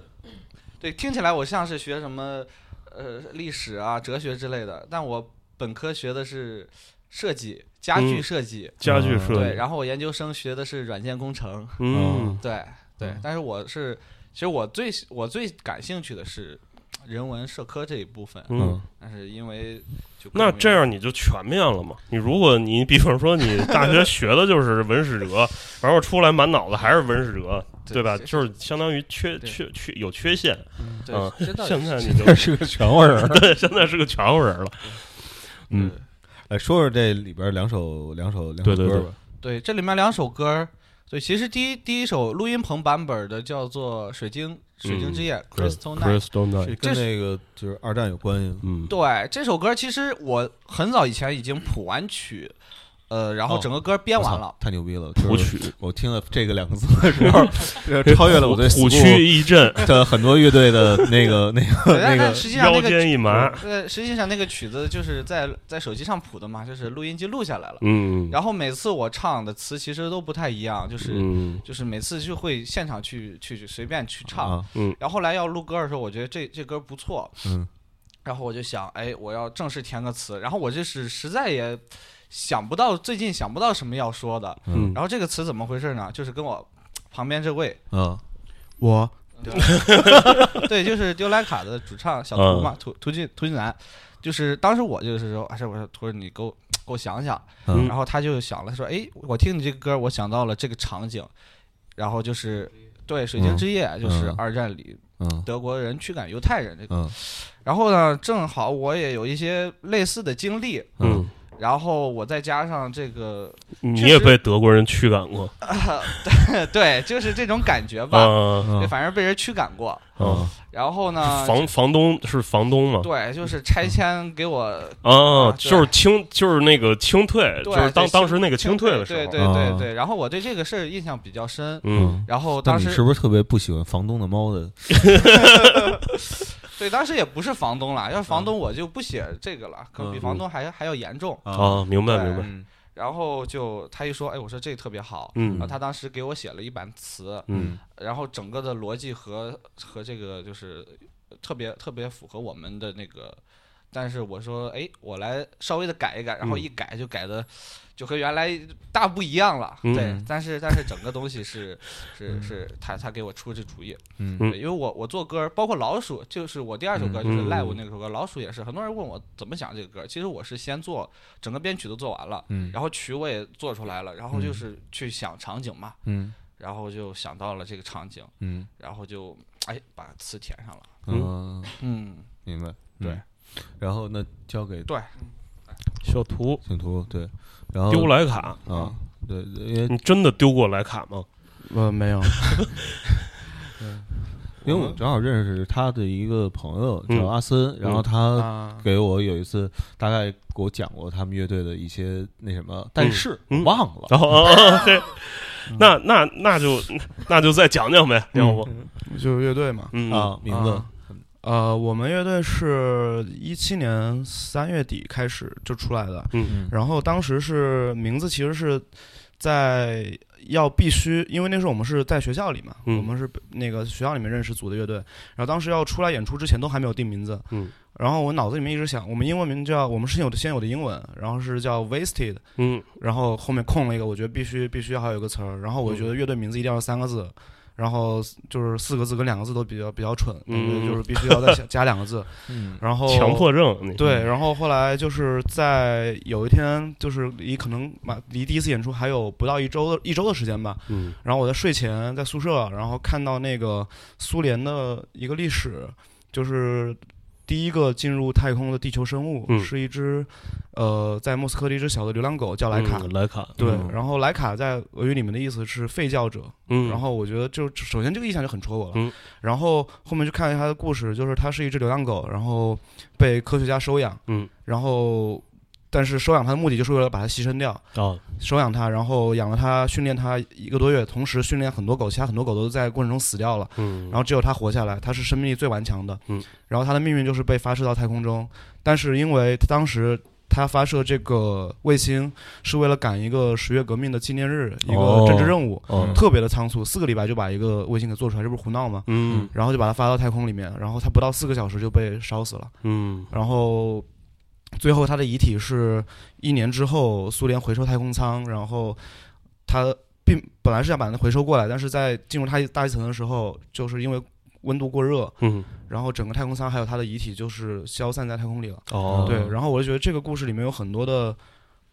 S5: 对，听起来我像是学什么呃历史啊、哲学之类的，但我本科学的是设计，家具
S2: 嗯
S5: 设计。
S2: 家具
S1: 对
S2: 设
S5: 嗯对，
S2: 计，
S5: 然后我研究生学的是软件工程。
S2: 嗯
S5: 对对
S1: 嗯，
S5: 但是我是，其实我最我最感兴趣的是人文社科这一部分，
S2: 嗯。
S5: 但是因为就各
S2: 那
S5: 种
S2: 这
S5: 原因
S2: 样你就全面了嘛？你如果你比方说你大学学的就是文史哲，然后出来满脑子还是文史哲，
S5: 对
S2: 对吧？
S5: 这
S2: 就是相当于缺
S5: 对
S2: 缺缺有缺陷啊
S5: 对，真。的
S2: 现在你 就
S1: 这是个全味儿。
S2: 对，现在是个全乎人了。嗯，
S1: 来说说这里边两首两首两 首
S2: 对 对
S1: 歌
S2: 对
S1: 吧。
S5: 对，这里面两首歌儿，对，其实第一第一首录音棚版本的叫做《水
S1: 嗯
S5: 晶水晶之夜》（Crystal Night）。
S2: Crystal
S1: 是
S2: Night，
S1: 跟
S5: 这
S1: 那个就是二战有关系吗。
S2: 嗯，
S5: 对，这首歌其实我很早以前已经谱完曲，呃，然后
S1: 哦
S5: 整个歌编完 了
S1: 我操，太牛逼了！
S2: 谱
S1: 就是
S2: 曲，
S1: 我听了这个两个字的时候， 就超越了我对 school
S2: 虎躯 一震，
S1: 的很多乐队的那个那个
S5: 对
S1: 那
S5: 但但
S1: 个
S5: 实际上
S2: 腰
S5: 那个。
S2: 间一麻，
S5: 对，实际上那个曲子就是在在手机上谱的嘛，就是录音机录下来了。
S2: 嗯，
S5: 然后每次我唱的词其实都不太一样，就是、
S2: 嗯
S5: 就是每次就会现场去去去随便去唱。
S1: 啊，
S5: 然后后来要录歌的时候，我觉得这这歌不错，
S1: 嗯，
S5: 然后我就想，哎，我要正式填个词。然后我就是实在也想不到，最近想不到什么要说的。
S2: 嗯，
S5: 然后这个词怎么回事呢？就是跟我旁边这位，
S1: 嗯，
S4: 我
S5: 对，就是丢莱卡的主唱小图嘛，图图进图进南，就是当时我就是说，哎，我说图儿你给我给我想想，
S1: 嗯
S5: 然后他就想了说，哎，我听你这个歌，我想到了这个场景，然后就是对《水晶之夜》就是
S1: 嗯
S5: 二战里
S1: 嗯
S5: 德国人驱赶犹太人这个，
S1: 嗯
S5: 然后呢，正好我也有一些类似的经历，
S2: 嗯，
S5: 然后我再加上这个，
S2: 你
S5: 确
S2: 也
S5: 实
S2: 被德国人驱赶过
S5: 呃对，就是这种感觉吧，
S2: 啊
S5: 对，
S1: 嗯
S5: 反正被人驱赶过，
S2: 啊！
S5: 然后呢，
S2: 房房东是房东吗？
S5: 对，就是
S2: 嗯
S5: 拆迁给我
S2: 啊，
S5: 啊对
S2: 就是清，就是那个清退，
S5: 对
S2: 就是当
S5: 对
S2: 当时那个清
S5: 清
S2: 退的时候，啊
S5: 对对对对。然后我对这个事儿印象比较深，
S2: 嗯，
S5: 然后
S1: 那
S5: 当
S1: 你
S5: 时
S1: 是不是特别不喜欢房东的猫的？
S5: 对当时也不是房东啦，要是
S2: 嗯
S5: 房东我就不写这个了，可能比房东还还要严重。
S2: 啊，明白
S5: 对
S2: 明白，
S1: 嗯
S5: 然后就他一说，哎，我说这特别好。然后
S2: 嗯
S5: 他当时给我写了一版词，
S2: 嗯
S5: 然后整个的逻辑和和这个就是特别特别符合我们的那个，但是我说，哎，我来稍微的改一改，然后
S2: 嗯
S5: 一改就改的就和原来大不一样了。
S2: 嗯
S5: 对，但是但是整个东西是是是他他给我出这主意，
S1: 嗯
S2: 嗯
S5: 对因为我我做歌，包括老鼠，就是我第二首歌就是
S2: 嗯
S5: Live 那首歌，老鼠也是，很多人问我怎么想这个歌，其实我是先做整个编曲都做完了，
S1: 嗯
S5: 然后曲我也做出来了，然后
S1: 嗯
S5: 就是去想场景嘛，
S1: 嗯
S5: 然后就想到了这个场景，
S1: 嗯
S5: 然后就哎把词填上了，
S1: 嗯，
S5: 嗯，
S1: 明白。
S5: 对
S1: 嗯，然后那交给
S5: 对，
S2: 小图
S1: 请图对，然后
S2: 丢莱卡，
S1: 啊，对，因为
S2: 你真的丢过莱卡吗？
S4: 我呃没有，
S1: 因为我正好认识他的一个朋友叫
S2: 嗯
S1: 阿森，然后他
S4: 啊，
S1: 给我有一次大概给我讲过他们乐队的一些那什么，但是我
S2: 嗯
S1: 忘了。
S2: 然后啊，嘿，那那那就那就再讲讲呗，要不，
S4: 就是乐队嘛。
S2: 嗯
S1: 啊，名字
S4: 啊呃，我们乐队是一七年三月底开始就出来的，
S1: 嗯
S4: 然后当时是名字其实是在要必须，因为那时候我们是在学校里嘛，
S2: 嗯
S4: 我们是那个学校里面认识组的乐队，然后当时要出来演出之前都还没有定名字，
S2: 嗯，
S4: 然后我脑子里面一直想，我们英文名叫我们是有的先有的英文，然后是叫 Wasted，
S2: 嗯
S4: 然后后面空了一个，我觉得必须必须还有一个词儿。然后我
S2: 嗯
S4: 觉得乐队名字一定要是三个字，然后就是四个字跟两个字都比较比较蠢，
S2: 嗯
S4: 就是必须要再加 加两个字。
S1: 嗯
S4: 然后
S2: 强迫症，你
S4: 哦对，然后后来就是在有一天，就是离可能嘛离第一次演出还有不到一周的一周的时间吧。
S2: 嗯
S4: 然后我在睡前在宿舍，然后看到那个苏联的一个历史，就是第一个进入太空的地球生物、
S2: 嗯
S4: 是一只呃在莫斯科的一只小的流浪狗叫莱卡。
S2: 嗯莱卡，
S4: 对，
S1: 嗯
S4: 然后莱卡在俄语里面的意思是吠叫者，
S2: 嗯，
S4: 然后我觉得就首先这个印象就很戳我了，
S2: 嗯
S4: 然后后面就看了他的故事，就是它是一只流浪狗，然后被科学家收养，
S2: 嗯，
S4: 然后但是收养它的目的就是为了把它牺牲掉，
S2: 啊，
S4: 收养它，然后养了它，训练它一个多月，同时训练很多狗，其他很多狗都在过程中死掉了，
S2: 嗯，
S4: 然后只有它活下来，它是生命力最顽强的。
S2: 嗯，
S4: 然后它的命运就是被发射到太空中，但是因为当时它发射这个卫星是为了赶一个十月革命的纪念日，一
S1: 哦
S4: 个政治任务，
S1: 哦
S4: 特别的仓促，四个礼拜就把一个卫星给做出来，这不是胡闹吗？
S2: 嗯
S4: 然后就把它发到太空里面，然后它不到四个小时就被烧死了，
S2: 嗯
S4: 然后。最后，它的遗体是一年之后苏联回收太空舱，然后它并本来是想把它回收过来，但是在进入它大气层的时候，就是因为温度过热，
S2: 嗯，
S4: 然后整个太空舱还有他的遗体就是消散在太空里了。
S2: 哦，
S4: 对，然后我就觉得这个故事里面有很多的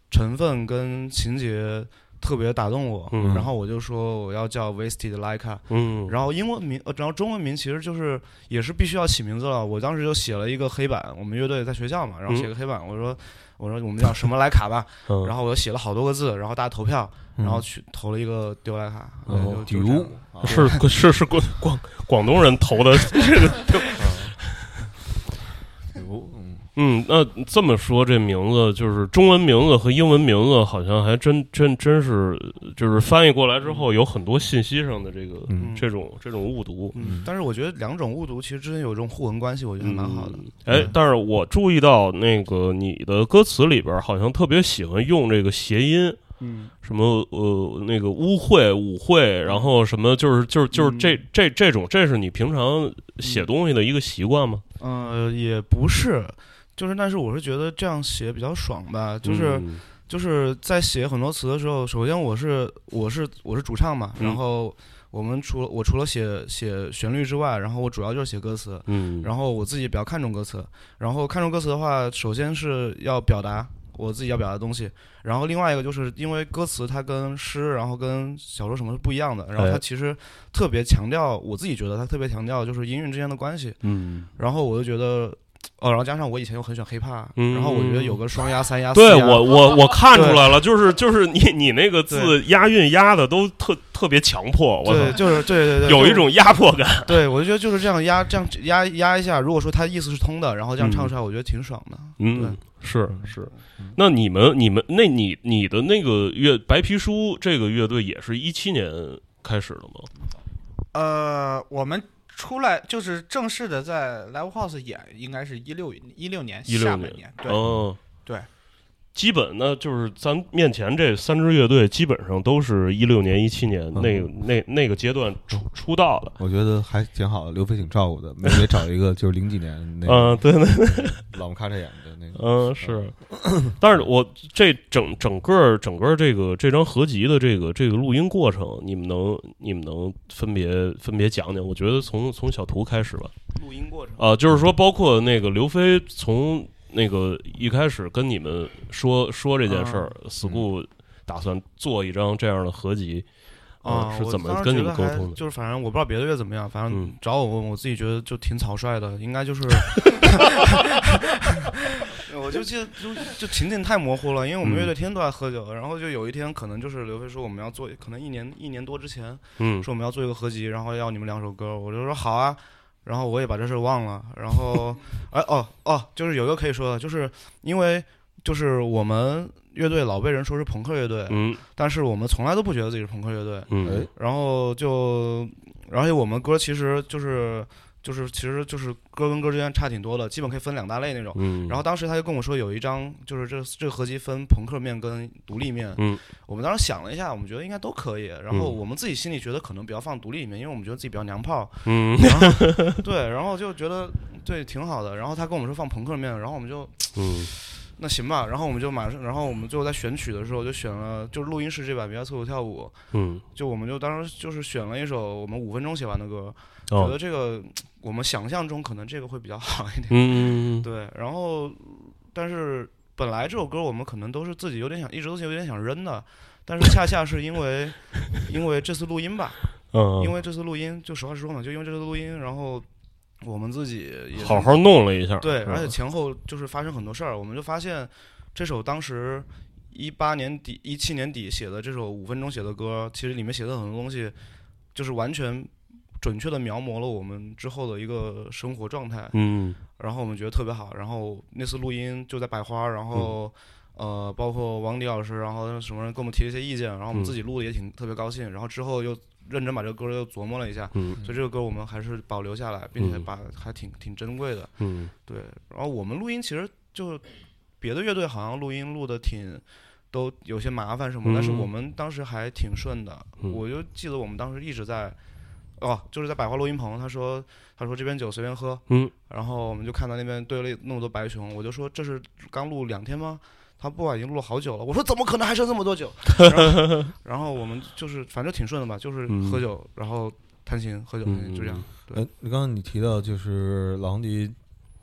S4: 成分跟情节特别打动我，
S2: 嗯
S4: 然后我就说我要叫 Wasted Leica，
S2: 嗯，
S4: 然后英文名，呃，然后中文名其实就是也是必须要起名字了。我当时就写了一个黑板，我们乐队在学校嘛，然后写个黑板，我说我说我们叫什么莱卡吧，
S2: 后
S4: 然
S2: 后
S4: 后我又写了好多个字，然后大家投票，
S1: 嗯
S4: 然后去投了一个丢莱卡，
S1: 哦
S4: 对就就
S1: 丢
S4: 这样嗯
S2: 是是是广广广东人投的这个，
S1: 嗯哦嗯
S2: 嗯，那这么说，这名字就是中文名字和英文名字，好像还真真真是，就是翻译过来之后，有很多信息上的这个、
S1: 嗯
S2: 这种这种误读。
S1: 嗯
S4: 但是我觉得两种误读其实之间有一种互文关系，我觉得还蛮好的。
S2: 哎，但是我注意到那个你的歌词里边，好像特别喜欢用这个谐音，
S5: 嗯，
S2: 什么呃那个污秽、舞会，然后什么就是就是就是这、
S4: 嗯
S2: 这这种，这是你平常写东西的一个习惯吗？
S4: 嗯、呃，也不是，就是但是我是觉得这样写比较爽吧，就是、
S2: 嗯
S4: 就是在写很多词的时候，首先我是我是我是主唱嘛，
S2: 嗯
S4: 然后我们除了我除了写写旋律之外，然后我主要就是写歌词，
S2: 嗯，
S4: 然后我自己比较看重歌词，然后看重歌词的话，首先是要表达我自己要表达的东西，然后另外一个就是因为歌词它跟诗，然后跟小说什么是不一样的，然后它
S2: 哎
S4: 其实特别强调，我自己觉得它特别强调就是音韵之间的关系，
S2: 嗯，
S4: 然后我就觉得，哦，然后加上我以前又很喜欢 hiphop，、
S2: 嗯
S4: 然后我觉得有个双押、三押、四
S2: 对
S4: 押
S2: 我我我看出 来了，就是就是你你那个字押韵押的都特特别强迫，我
S4: 对，
S2: 操，
S4: 就是对对对，
S2: 有一
S4: 就
S2: 种压迫感。
S4: 对我就觉得就是这样压，这样压压一下。如果说它意思是通的，然后这样
S2: 嗯
S4: 唱出来，我觉得挺爽的。
S2: 嗯，是是。那你们你们那你你的那个乐白皮书这个乐队也是一七年开始的吗？
S5: 呃，我们出来就是正式的在 Live House 演，应该是一六一六年
S2: 16
S5: 下半
S2: 年
S5: 年，对，
S2: 哦，
S5: 对。
S2: 基本呢，就是咱面前这三支乐队，基本上都是一六年、一七年那个那那个阶段出出道的。
S1: 我觉得还挺好的，刘飞挺照顾的，没没找一个就是零几年那个
S2: 嗯，对对
S1: 老木咔嚓演的那个，
S2: 嗯，是，但是我这整整个整个这个这张合集的这个这个录音过程，你们能你们能分别分别讲讲？我觉得从从小图开始吧，
S4: 录音过程。
S2: 啊、就是说包括那个刘飞从那个一开始跟你们说说这件事儿、s c
S4: 啊
S2: h
S4: 嗯
S2: o o l 打算做一张这样的合集，
S4: 啊，
S2: 哦是
S4: 我
S2: 怎么
S4: 当时
S2: 跟
S4: 觉
S2: 你
S4: 得
S2: 沟
S4: 还
S2: 通的
S4: 就是反正我不知道别的乐怎么样，反正
S2: 嗯
S4: 找我问，我自己觉得就挺草率的，应该 就是，我就记得就就情景太模糊了，因为我
S2: 嗯
S4: 们乐队天天都在喝酒，然后就有一天可能就是刘飞说我们要做，可能一年一年多之前
S2: 嗯
S4: 说我们要做一个合集，然后要你们两首歌，我就说好啊。然后我也把这事儿忘了，然后，哎哦哦，就是有一个可以说的，就是因为就是我们乐队老被人说是朋克乐队，
S2: 嗯
S4: 但是我们从来都不觉得自己是朋克乐队，
S1: 哎
S2: 嗯
S4: 然后就，而且我们歌其实就是就是其实就是歌跟歌之间差挺多的，基本可以分两大类那种。
S2: 嗯，
S4: 然后当时他就跟我说有一张就是这这个合集分朋克面跟独立面，
S2: 嗯，
S4: 我们当时想了一下，我们觉得应该都可以。然后
S2: 嗯
S4: 我们自己心里觉得可能比较放独立面，因为我们觉得自己比较娘 炮，
S2: 嗯
S4: 然后对，然后就觉得对挺好的。然后他跟我们说放朋克面，然后我们就
S2: 嗯
S4: 那行吧，然后我们就马上，然后我们最后在选曲的时候就选了，就是录音室这版《别在厕所跳舞》，
S2: 嗯，
S4: 就我们就当时就是选了一首我们五分钟写完的歌，觉
S2: 哦
S4: 得，这个我们想象中可能这个会比较好一点。
S2: 嗯嗯
S4: 对，然后但是本来这首歌我们可能都是自己有点想，一直都是有点想扔的，但是恰恰是因为因为这次录音吧，
S2: 嗯，
S4: 因为这次录音，就实话实说嘛，就因为这次录音，然后我们自己也
S2: 嗯
S4: 是
S2: 好好弄了一下，
S4: 对，
S2: 是吧
S4: 而且前后就是发生很多事儿，我们就发现这首当时一八年底、一七年底写的这首五分钟写的歌，其实里面写的很多东西，就是完全准确的描摹了我们之后的一个生活状态。
S2: 嗯
S4: 然后我们觉得特别好，然后那次录音就在百花，
S2: 嗯
S4: 然后、呃，包括王迪老师，然后什么人给我们提了一些意见，然后我们
S2: 嗯
S4: 自己录的也挺特别高兴，然后之后又认真把这个歌又琢磨了一下。
S2: 嗯
S4: 所以这个歌我们还是保留下来，并且
S2: 嗯
S4: 把还挺挺珍贵的。
S2: 嗯
S4: 对，然后我们录音其实就别的乐队好像录音录的挺都有些麻烦什么，但是
S2: 嗯
S4: 我们当时还挺顺的。
S2: 嗯
S4: 我就记得我们当时一直在哦，就是在百花录音棚，他说他说这边酒随便喝，
S2: 嗯，
S4: 然后我们就看到那边堆了那么多白熊，我就说这是刚录两天吗？他不管已经录了好久了，我说怎么可能还剩这么多酒？ 然后然后我们就是反正挺顺的吧，就是喝
S2: 嗯
S4: 酒，然后弹琴，喝酒，弹琴，就这样。
S1: 呃，刚刚你提到就是老黄迪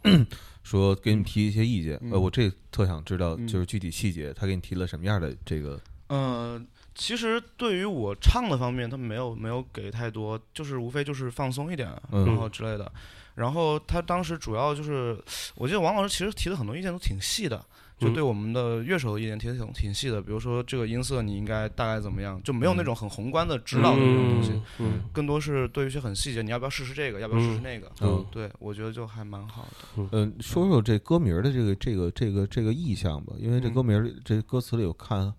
S1: 说给你们提一些意见，呃，
S4: 嗯
S1: 我这特想知道
S4: 嗯
S1: 就是具体细节，他给你提了什么样的这个
S4: 嗯，其实对于我唱的方面，他没有没有给太多，就是无非就是放松一点，啊
S1: 嗯
S4: 然后之类的。然后他当时主要就是，我记得王老师其实提的很多意见都挺细的，就
S2: 嗯
S4: 对我们的乐手的意见提的挺挺细的。比如说这个音色你应该大概怎么样，就没有那种很宏观的指导的那种东西，
S2: 嗯嗯
S4: 更多是对于一些很细节，你要不要试试这个，要不要试试
S2: 嗯
S4: 那个？
S1: 嗯
S4: 对，我觉得就还蛮好的。
S1: 嗯，说说这歌名儿的这个这个这个这个意象吧，因为这
S4: 嗯
S1: 歌名儿这歌词里有看，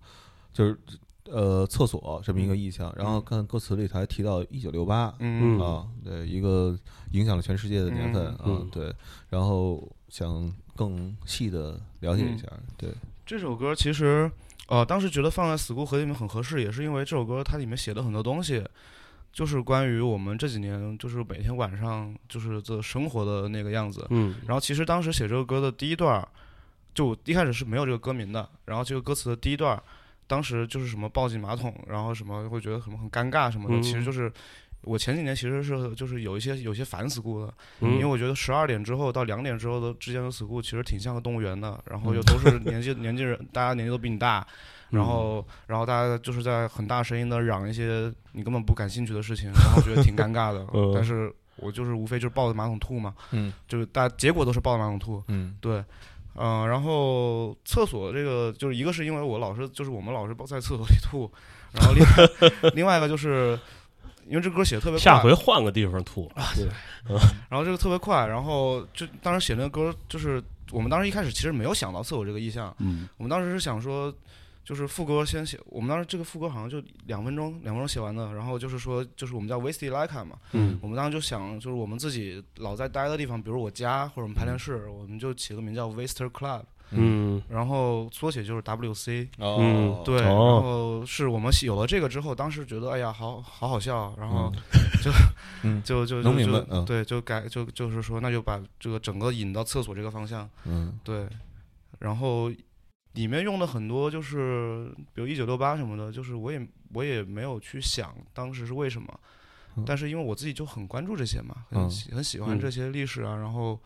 S1: 就是呃厕所这么一个意象，然后看歌词里他还提到一九六八
S4: 嗯
S2: 嗯
S1: 啊，对，一个影响了全世界的年份
S4: 嗯
S1: 啊
S2: 嗯，
S1: 对，然后想更细的了解一下，对，
S4: 这首歌其实，呃，当时觉得放在《死固合集》里面很合适，也是因为这首歌它里面写的很多东西，就是关于我们这几年就是每天晚上就是这生活的那个样子。
S2: 嗯
S4: 然后其实当时写这个歌的第一段儿，就一开始是没有这个歌名的，然后这个歌词的第一段儿，当时就是什么抱进马桶，然后什么会觉得什么很尴尬什么的，
S2: 嗯
S4: 其实就是。我前几年其实是就是有一些有些反 school 的，
S2: 嗯，
S4: 因为我觉得十二点之后到两点之后的之间的 school 其实挺像个动物园的，然后又都是年纪 年纪人，大家年纪都比你大，然后然后大家就是在很大声音的嚷一些你根本不感兴趣的事情，然后觉得挺尴尬的
S2: 嗯
S4: 但是我就是无非就是抱着马桶吐嘛，
S1: 嗯
S4: 就是大家结果都是抱着马桶吐，
S1: 嗯
S4: 对，嗯、然后厕所这个就是一个是因为我老是就是我们老是抱在厕所里吐，然后另外 另外一个就是因为这歌写的特别快，
S2: 下回换个地方吐。
S4: 啊然后这个特别快，然后就当时写那个歌就是我们当时一开始其实没有想到厕所这个意象，
S5: 嗯，
S4: 我们当时是想说。就是副歌先写，我们当时这个副歌好像就两分钟，两分钟写完的。然后就是说，就是我们叫 Wasted Like 嘛，
S2: 嗯
S4: 我们当时就想，就是我们自己老在待的地方，比如我家或者我们排练室，我们就起个名叫 Waster Club，
S2: 嗯
S4: 然后缩写就是 WC。
S2: 哦
S4: 嗯对，然
S2: 哦
S4: 后是我们有了这个之后，当时觉得哎呀，好好好笑，啊然后就、
S1: 嗯
S4: 就就
S1: 能
S4: 就
S1: 明白
S4: 就
S1: 嗯
S4: 对，就改就就是说，那就把这个整个引到厕所这个方向，
S1: 嗯
S4: 对，然后里面用了很多就是比如一九六八什么的，就是我也我也没有去想当时是为什么，
S1: 嗯
S4: 但是因为我自己就很关注这些嘛，
S1: 嗯
S4: 很喜很喜欢
S2: 嗯
S4: 这些历史啊，然后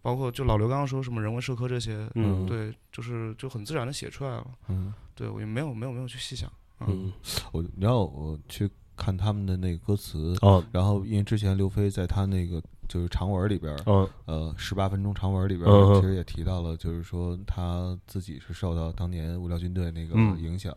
S4: 包括就老刘刚刚说什么人文社科这些，
S2: 嗯
S4: 对，就是就很自然的写出来了，
S1: 嗯，
S4: 对我也没有没有没有去细想，啊
S2: 嗯
S1: 我然后我去看他们的那个歌词，
S2: 哦
S1: 然后因为之前刘飞在他那个就是长文里边儿，
S2: 哦
S1: 呃，十八分钟长文里边
S2: 嗯嗯
S1: 儿，其实也提到了，就是说他自己是受到当年无聊军队那个
S2: 嗯
S1: 影响，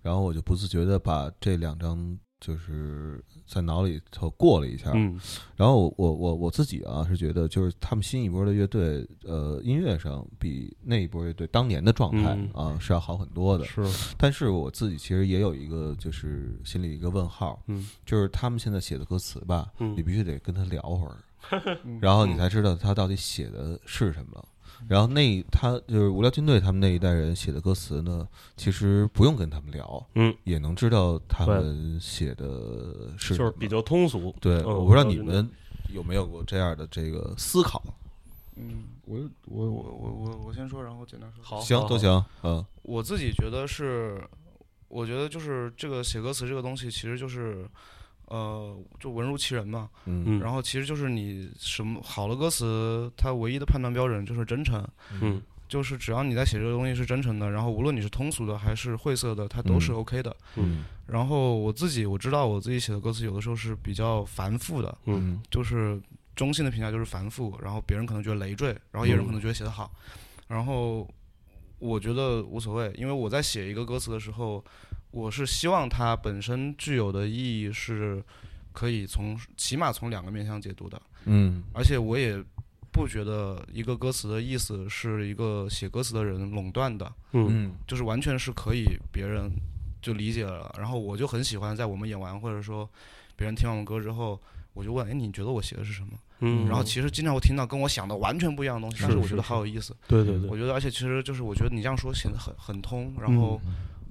S1: 然后我就不自觉的把这两张就是在脑里头过了一下，
S2: 嗯
S1: 然后我我我我自己啊是觉得，就是他们新一波的乐队，呃，音乐上比那一波乐队当年的状态
S2: 嗯
S1: 啊、是要好很多的，
S2: 是
S1: 但是我自己其实也有一个就是心里一个问号，
S2: 嗯
S1: 就是他们现在写的歌词吧，
S2: 嗯
S1: 你必须得跟他聊会 儿，
S4: 嗯
S1: 然后你才知道他到底写的是什么。
S2: 嗯
S1: 然后那他就是无聊军队他们那一代人写的歌词呢，其实不用跟他们聊，
S2: 嗯，
S1: 也能知道他们写的是
S2: 就是
S1: 什么
S2: 比较通俗。
S1: 对。
S2: 嗯
S1: 我不知道你们有没有过这样的这个思考，
S4: 嗯，我我我我我我先说，然后简单说，
S2: 好
S1: 行
S2: 好
S1: 都
S2: 好
S1: 行，嗯
S4: 我自己觉得是，我觉得就是这个写歌词这个东西，其实就是，呃，就文如其人嘛。
S1: 嗯
S2: 嗯
S4: 然后其实就是你什么好的歌词，它唯一的判断标准就是真诚，
S2: 嗯
S4: 就是只要你在写这个东西是真诚的，然后无论你是通俗的还是晦涩的，它都是
S1: 嗯
S4: OK 的。
S1: 嗯
S4: 然后我自己我知道我自己写的歌词有的时候是比较繁复的，
S2: 嗯
S1: 嗯
S4: 就是中性的评价就是繁复，然后别人可能觉得累赘，然后有人可能觉得写得好，然后我觉得无所谓，因为我在写一个歌词的时候，我是希望它本身具有的意义是可以从起码从两个面向解读的，
S1: 嗯
S4: 而且我也不觉得一个歌词的意思是一个写歌词的人垄断的，
S2: 嗯
S1: 嗯
S4: 就是完全是可以别人就理解了。然后我就很喜欢在我们演完或者说别人听完我歌之后，我就问，哎，你觉得我写的是什么？
S2: 嗯，
S4: 然后其实经常会听到跟我想的完全不一样的东西，
S2: 是
S4: 但是我
S2: 是
S4: 觉得
S2: 是嗯
S4: 好有意思。
S2: 对对对
S4: 我，觉得，而且其实就是我觉得你这样说显得很很通，然后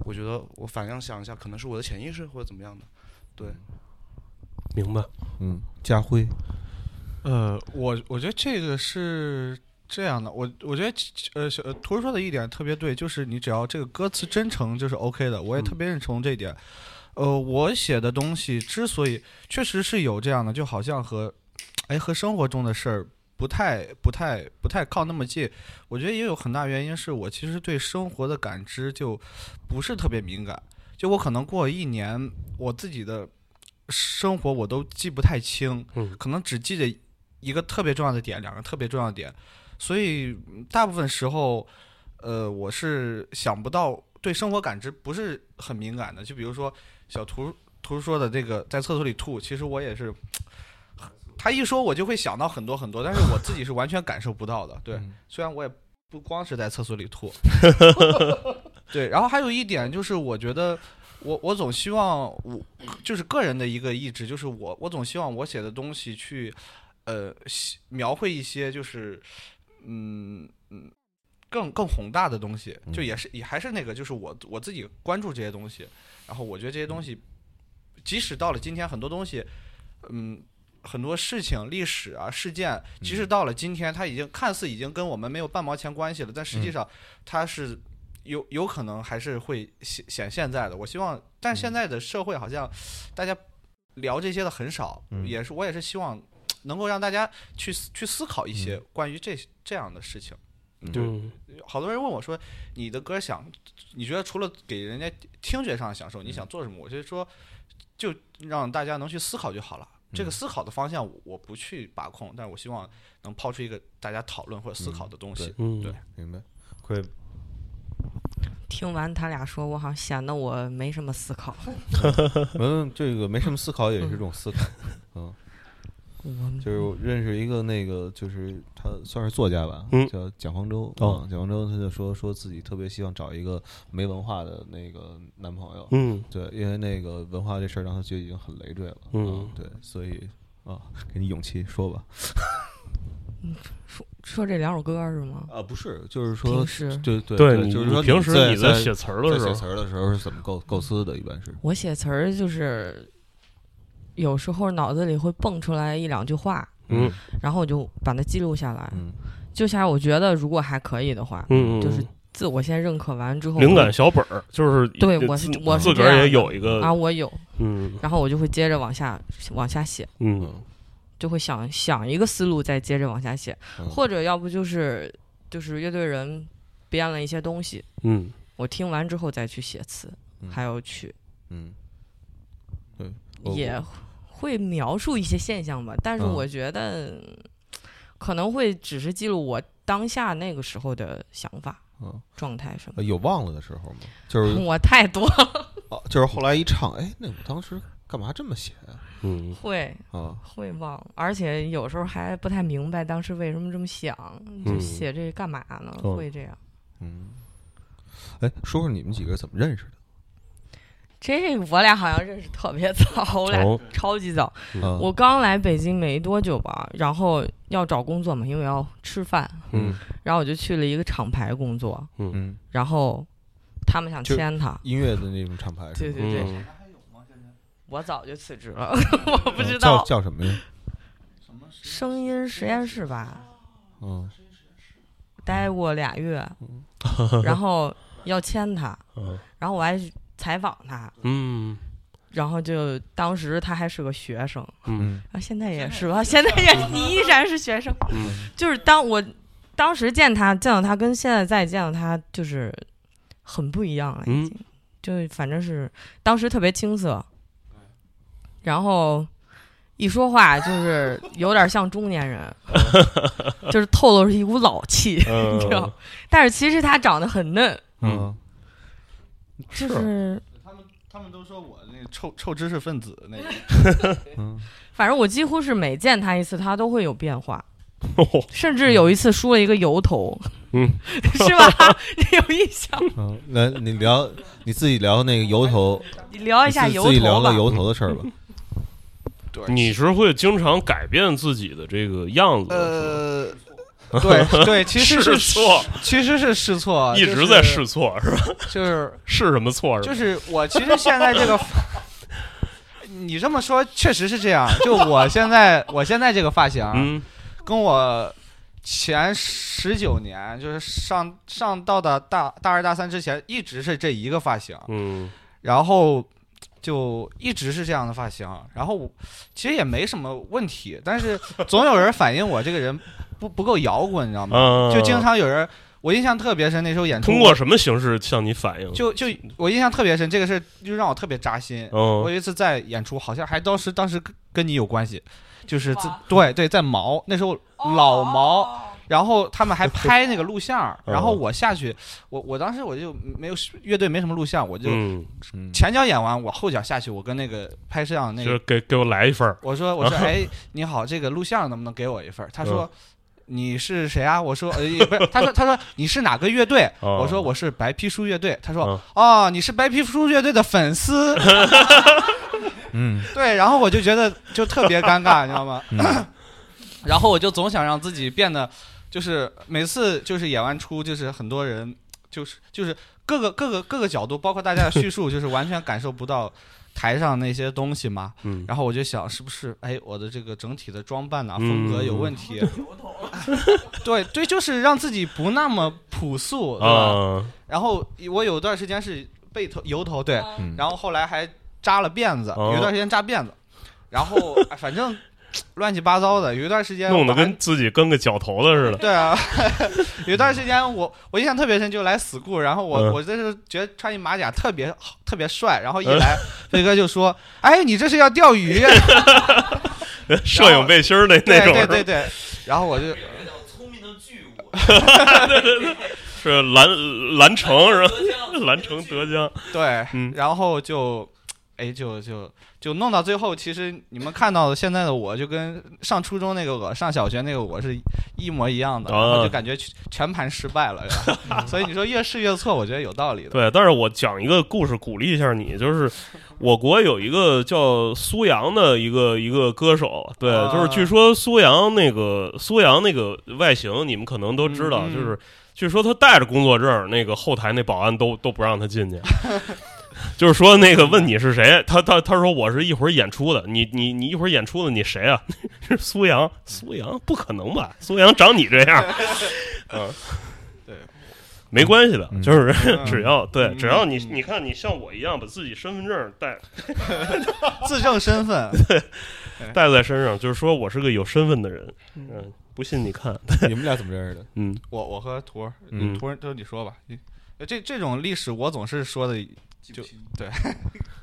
S4: 我觉得我反向想一下，可能是我的潜意识或者怎么样的。对，
S2: 明白。
S1: 嗯，家辉，
S5: 呃，我我觉得这个是这样的，我我觉得呃，小呃图儿说的一点特别对，就是你只要这个歌词真诚就是 OK 的，我也特别认同这一点。呃，我写的东西之所以确实是有这样的，就好像和哎和生活中的事儿。不太、不太、不太靠那么近，我觉得也有很大原因是我其实对生活的感知就不是特别敏感，就我可能过一年，我自己的生活我都记不太清，
S2: 嗯
S5: 可能只记得一个特别重要的点，两个特别重要的点，所以嗯大部分时候，呃，我是想不到对生活感知不是很敏感的。就比如说小图图说的这个在厕所里吐，其实我也是。他一说，我就会想到很多很多，但是我自己是完全感受不到的。对，
S1: 嗯
S5: 虽然我也不光是在厕所里吐， 对，然后还有一点就是，我觉得我我总希望我就是个人的一个意志，就是我我总希望我写的东西去呃写描绘一些就是嗯嗯更更宏大的东西，就
S1: 嗯
S5: 也是也还是那个，就是我我自己关注这些东西，然后我觉得这些东西，即使到了今天，很多东西，嗯。很多事情、历史啊、事件，其
S1: 嗯
S5: 实到了今天，它已经看似已经跟我们没有半毛钱关系了，但
S1: 嗯
S5: 实际上它是有有可能还是会显显现在的。我希望，但
S1: 嗯
S5: 现在的社会好像大家聊这些的很少，
S1: 嗯
S5: 也是我也是希望能够让大家去思去思考一些关于这这样的事情。
S2: 嗯
S5: 好多人问我说，你的歌想，你觉得除了给人家听觉上的
S2: 嗯
S5: 享受，你想做什么？我就说，就让大家能去思考就好了。
S2: 嗯
S5: 这个思考的方向我我不去把控，但是我希望能抛出一个大家讨论或者思考的东西。
S2: 嗯，
S5: 对
S1: 明白。会
S6: 听完他俩说，我好像显得我没什么思考，
S1: 嗯，这个没什么思考，也是一种思 考。嗯，
S6: 我
S1: 就是我认识一个那个，就是他算是作家吧，
S2: 嗯
S1: 叫蒋方舟。
S2: 哦
S1: 嗯，蒋方舟他就说说自己特别希望找一个没文化的那个男朋友。
S2: 嗯
S1: 对，因为那个文化这事儿让他觉得已经很累赘了。
S2: 嗯
S1: 对，所以啊，给你勇气说吧。
S6: 说说这两首歌是吗？
S1: 啊，不是，就是说
S6: 平，时
S1: 对对
S2: 对
S1: 对，
S2: 你
S1: 就是说
S2: 你平时
S1: 在
S2: 你在
S1: 在
S2: 写词儿
S1: 在
S2: 的时
S1: 写
S2: 候
S1: 词，儿的时候是怎么构构思的？一般是
S6: 我写词儿就是有时候脑子里会蹦出来一两句话，
S2: 嗯
S6: 然后我就把它记录下来。
S1: 嗯
S6: 就下来，我觉得如果还可以的话，
S2: 嗯，嗯
S6: 就是自我先认可完之后，
S2: 灵感小本儿，就是
S6: 对
S2: 自
S6: 我是我是
S2: 自个
S6: 这
S2: 儿
S6: 样
S2: 也
S6: 的
S2: 有一个
S6: 啊，我有，
S2: 嗯
S6: 然后我就会接着往下往下写，
S2: 嗯
S1: 嗯
S6: 就会想想一个思路，再接着往下写，
S1: 嗯
S6: 或者要不就是就是乐队人编了一些东西，
S2: 嗯
S6: 我听完之后再去写词，
S1: 嗯
S6: 还有曲
S1: 嗯，对，呃我
S6: 也会描述一些现象吧，但是
S1: 哦嗯
S6: 我觉得可能会只是记录我当下那个时候的想法、
S1: 嗯
S6: 状态什么
S1: 呃有忘了的时候吗？就是
S6: 的。我 太多了
S1: 啊，就是后来一唱，哎，那我当时干嘛这么写呀、
S2: 嗯
S6: 会
S1: 啊？
S6: 会忘，而且有时候还不太明白当时为什么这么想，就
S2: 嗯
S6: 写这干嘛呢？
S2: 哦
S6: 会这样。
S1: 嗯，哎，说说你们几个怎么认识的？
S6: 这我俩好像认识特别早，我俩
S2: 哦
S6: 超级早。
S1: 啊、
S6: 我刚来北京没多久吧，然后要找工作嘛，因为要吃饭，
S2: 嗯
S6: 然后我就去了一个厂牌工作，
S1: 嗯，
S6: 然后他们想
S1: 就
S6: 签他，
S1: 音乐的那种厂牌
S6: 对
S1: 是吗？
S6: 对对，
S2: 嗯
S6: 我早就辞职 了，我不
S1: 嗯
S6: 知
S1: 叫
S6: 道。
S1: 叫什么呀？
S6: 声音实验室吧，
S1: 嗯
S6: 待过俩月，然后要签他，
S2: 嗯
S6: 然后我还采访他，
S2: 嗯
S6: 然后就当时他还是个学生，
S1: 嗯
S6: 啊，现在也是吧，现在也是，你依然是学生。
S2: 嗯
S6: 就是当我当时见他，见到他跟现在再见到他，就是很不一样了，已
S2: 嗯
S6: 经。就反正是当时特别青涩，然后一说话就是有点像中年人，就是透露着一股老气， 你知道
S2: 嗯。
S6: 但是其实他长得很嫩，
S1: 嗯
S6: 就是
S5: 他们他们都说我那臭臭知识分子那个。
S1: 嗯
S6: 反正我几乎是每见他一次，他都会有变化， 甚至有一次梳了一个油头，
S2: 哦嗯，
S6: 是吧？你有印象？
S1: 嗯，来，你聊你自己聊那个油头，
S6: 你聊一
S1: 你
S6: 哎下
S1: 自
S6: 油
S1: 自己聊
S6: 头吧
S1: 聊。油头的事儿吧。
S5: 对，
S2: 你是会经常改变自己的这个样子，
S5: 呃，对对，其
S2: 试
S5: 实是
S2: 错，
S5: 其实是试错，
S2: 一直在试，错是吧？
S5: 就是
S2: 是什么错是
S5: 就
S2: 吧？
S5: 是我其实现在 这个。你这么说确实是这样，就我现在我现在这个发型，啊
S2: 嗯
S5: 跟我前十九年就是上上到的大大二大三之前，一直是这一个发型，
S2: 嗯
S5: 然后就一直是这样的发型，然后我其实也没什么问题，但是总有人反映我这个人不不够摇滚，你知道吗？
S2: 嗯，
S5: 就经常有人，我我印象特别深，那时候演出
S2: 通过什么形式向你反映？
S5: 就就我印象特别深，这个事儿就让我特别扎心。我
S2: 嗯
S5: 有一次在演出，好像还当时当时跟跟你有关系，就是自
S6: 哇
S5: 对对，在毛那时候老毛，然后他们还拍那个录像，
S2: 嗯
S5: 然后我下去，我我当时我就没有乐队没什么录像，我就
S2: 嗯，
S1: 嗯
S5: 前脚演完，我后脚下去，我跟那个拍摄那
S2: 就是
S5: 个
S2: 给给我来一份儿，
S5: 我说 我说哎你好，这个录像能不能给我一份儿？他
S2: 嗯
S5: 说。你是谁啊？我说，呃，也不是，他说，他说你是哪个乐队？
S2: 哦
S5: 我说我是白皮书乐队。他说
S2: 嗯，
S5: 哦，你是白皮书乐队的粉丝。
S1: 嗯
S5: 对，然后我就觉得就特别尴尬，你知道吗？
S1: 嗯
S5: 然 后我就总想让自己变得，就是每次就是演完出，就是很多人，就是就是各个各个各个角度，包括大家的叙述，就是完全感受不到台上那些东西嘛。
S2: 嗯，
S5: 然后我就想，是不是哎，我的这个整体的装扮啊，风格有问题？ 对对，就是让自己不那么朴素，对吧？
S2: 啊，
S5: 然后我有段时间是背头油头，对，
S1: 嗯
S5: 然后后来还扎了辫子，
S2: 哦
S5: 有一段时间扎辫子，然后哎反正乱七八糟的，有一段时间
S2: 弄得
S5: 我还
S2: 跟自己跟个脚头子似的。
S5: 对啊， 有一段时间我我印象特别深，就来 school，然后我、
S2: 嗯
S5: 我这是觉得穿一马甲特别好特别帅，然后一来飞哥就说：“哎，你这是要钓鱼呀？”
S2: 摄影背心儿那
S5: 对
S2: 那种
S5: 对
S2: 是
S5: 对
S2: 吧
S5: 对，然后我就
S3: 聪明的巨物，
S2: 是蓝蓝城是吧？蓝城德江，
S5: 对，
S2: 嗯
S5: 然后就，哎，就就就弄到最后，其实你们看到的现在的我，就跟上初中那个我、上小学那个我是一模一样的，然后
S2: 啊
S5: 就感觉全全盘失败了，是吧所以你说越试越错，我觉得有道理的。
S2: 对，但是我讲一个故事鼓励一下你，就是我国有一个叫苏阳的一个一个歌手，对，
S5: 啊
S2: 就是据说苏阳那个苏阳那个外形，你们可能都知道，
S5: 嗯嗯
S2: 就是据说他带着工作证，那个后台那保安都都不让他进 去。就是说，那个问你是谁，他他他说我是一会儿演出的，你你你一会儿演出的你谁啊？是苏阳，苏阳不可能吧？苏阳长你这 样，嗯，
S5: 对，
S2: 没关系的，
S1: 嗯
S2: 就是
S5: 嗯
S2: 只要对，
S5: 嗯
S2: 只要你
S5: 嗯
S2: 你看你像我一样把自己身份证带
S5: 自证身份，
S4: 哎
S2: 带在身上，就是说我是个有身份的人。嗯，不信你看，
S1: 你们俩怎么认识的？
S2: 嗯
S5: 我我和图儿，
S2: 嗯
S5: 图儿就是你说吧，你呃这这种历史我总是说的，就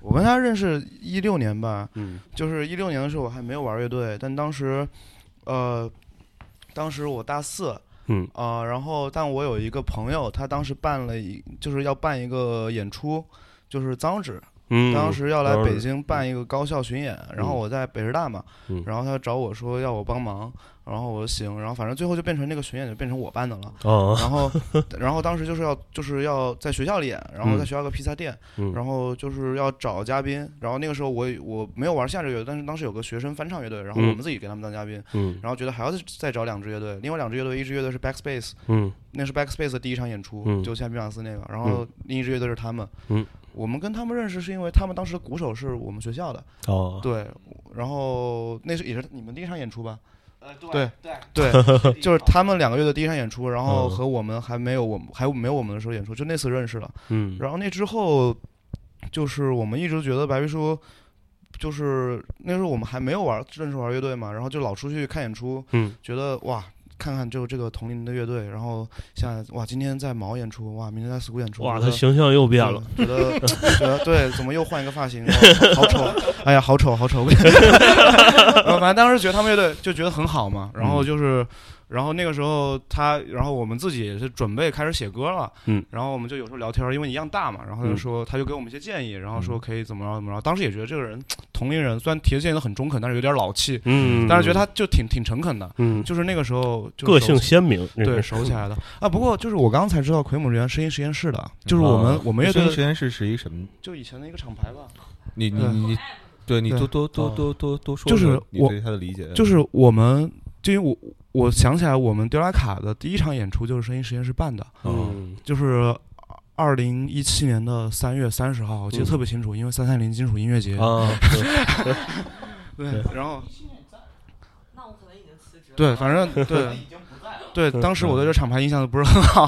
S4: 我跟他认识一六年吧，
S2: 嗯
S4: 就是一六年的时候我还没有玩乐队，但当时，呃，当时我大四，
S2: 嗯
S4: 啊、然后但我有一个朋友，他当时办了一，就是要办一个演出，就是脏纸，
S2: 嗯，
S4: 当时要来
S2: 当
S4: 北
S2: 时
S4: 京办一个高校巡演，然后我在北师大嘛，
S2: 嗯
S4: 然后他找我说要我帮忙，然后我说行，然后反正最后就变成那个巡演就变成我办的了。
S2: 哦，
S4: 然后，然后当时就是要就是要在学校里演，然后在
S2: 嗯
S4: 学校有个披萨店，
S2: 嗯
S4: 然后就是要找嘉宾。然后那个时候我我没有玩夏日乐队，但是当时有个学生翻唱乐队，然后我
S2: 嗯
S4: 们自己给他们当嘉宾，
S2: 嗯
S4: 然后觉得还要再再找两支乐队，另外两支乐队，一支乐队是 Backspace，
S2: 嗯
S4: 那是 Backspace 的第一场演出，
S2: 嗯
S4: 就像比马斯那个，然后另一支乐队是他们。
S2: 嗯
S4: 我们跟他们认识是因为他们当时的鼓手是我们学校的，
S2: 哦，
S4: 对，然后那是也是你们第一场演 出吧？
S5: 呃，
S4: 对
S5: 对
S4: 对，
S5: 对
S4: 就是他们两个月的第一场演出，然后
S2: 嗯
S4: 和我们还没有我们还没有我们的时候演出，就那次认识了。
S2: 嗯
S4: 然后那之后，就是我们一直觉得白皮书，就是那时候我们还没有玩认识玩乐队嘛，然后就老出去看演出，
S2: 嗯，
S4: 觉得哇，看看就这个同龄的乐队，然后像哇，今天在毛演出，哇，明天在死谷演出，
S2: 哇，
S4: 觉
S2: 他
S4: 得
S2: 形象又变了，，
S4: 嗯觉得觉得对，怎么又换一个发型，好好丑，哎呀，好丑，好 丑。呃反正当时觉得他们乐队就觉得很好嘛，
S2: 嗯
S4: 然后就是，然后那个时候他，然后我们自己也是准备开始写歌了，
S2: 嗯，
S4: 然后我们就有时候聊天，因为一样大嘛，然后他就说他就给我们一些建议，然后
S2: 嗯
S4: 说可以怎么着怎么着，当时也觉得这个人同龄人虽然提的建议都很中肯，但是有点老气，
S2: 嗯，
S4: 但是觉得他就挺挺诚恳的，
S2: 嗯
S4: 就是那个时候就
S2: 个
S4: 手
S2: 性鲜明，
S4: 对，熟起来的啊。不过就是我刚才知道奎姆人声音实验室的，啊就是我们、
S1: 哦
S4: 我们乐
S1: 声
S4: 队
S1: 音实验室是一什么？
S4: 就以前的一个厂牌吧。
S1: 你你
S4: 对
S1: 你，对你
S4: 嗯对
S1: 多多多
S4: 哦
S1: 多多多说说，
S4: 就是
S1: 你
S4: 我
S1: 对他的理解，
S4: 就是我们，就因为我我想起来，我们丢拉卡的第一场演出就是声音实验室办的，
S1: 嗯
S2: 嗯
S4: 就是二零一七年的三月三十号，我记得
S2: 嗯
S4: 特别清楚，因为三三零金属音乐节。
S2: 啊，
S4: 对，然后
S6: 那我可能已经辞职了。
S4: 对，反正 对。对，当时我对这厂牌印象不是很好，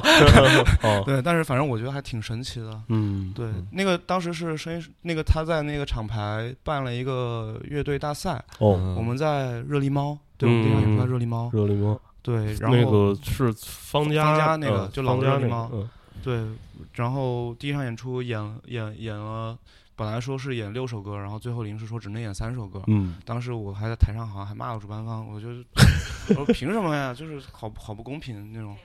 S2: 哦，
S4: 对，但是反正我觉得还挺神奇的。
S2: 嗯，
S4: 对，那个当时是声音，那个他在那个厂牌办了一个乐队大赛，
S2: 哦，
S1: 嗯
S4: 我们在热力猫，对，我们第一场演出在热力猫，
S2: 热力猫，
S4: 对，然后
S2: 那个嗯是方家
S4: 方家那个
S2: 嗯
S4: 就老
S2: 方
S4: 的
S2: 家
S4: 地
S2: 那
S4: 方
S2: 个，嗯
S4: 对，然后第一场演出演演演了，本来说是演六首歌，然后最后临时说只能演三首歌。
S2: 嗯，
S4: 当时我还在台上好像还骂了主办方，我就是我说凭什么呀？就是好好不公平那种。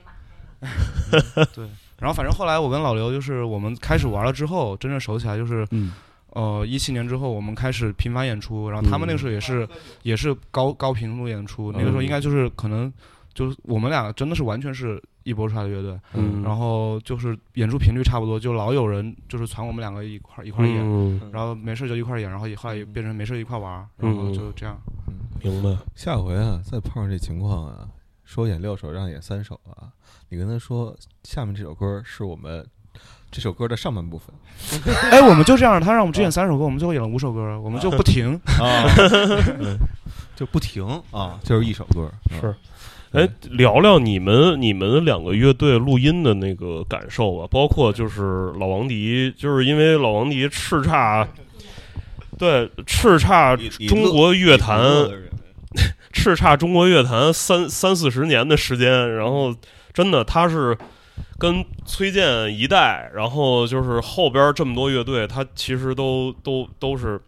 S4: 嗯 对，然后反正后来我跟老刘就是我们开始玩了之后，真正熟起来就是，
S2: 嗯
S4: 呃，一七年之后我们开始频繁演出，然后他们那个时候也是、也是高高频率演出，那个时候应该
S2: 嗯
S4: 就是可能就是我们俩真的是完全是一波出来的乐队，
S2: 嗯
S4: 然后就是演出频率差不多，就老有人就是传我们两个一块儿一块儿演，
S2: 嗯，
S4: 然后没事就一块儿演，然后也后来
S5: 嗯
S4: 也变成没事一块儿玩儿，然后就这样。
S2: 明白。
S1: 下回啊，再碰上这情况啊，说演六首让演三首啊，你跟他说下面这首歌是我们这首歌的上半部分
S4: 哎，我们就这样，他让我们只演三首歌，我们最后演了五首歌，我们就不停。
S1: 啊， 就不停啊，就是一首歌
S2: 是哎，聊聊你们你们两个乐队录音的那个感受吧，包括就是老王迪，就是因为老王迪叱咤，对叱咤中国乐坛，
S1: 嗯
S2: 嗯叱咤中国乐坛三三四十年的时间，然后真的他是跟崔健一代，然后就是后边这么多乐队，他其实都都都是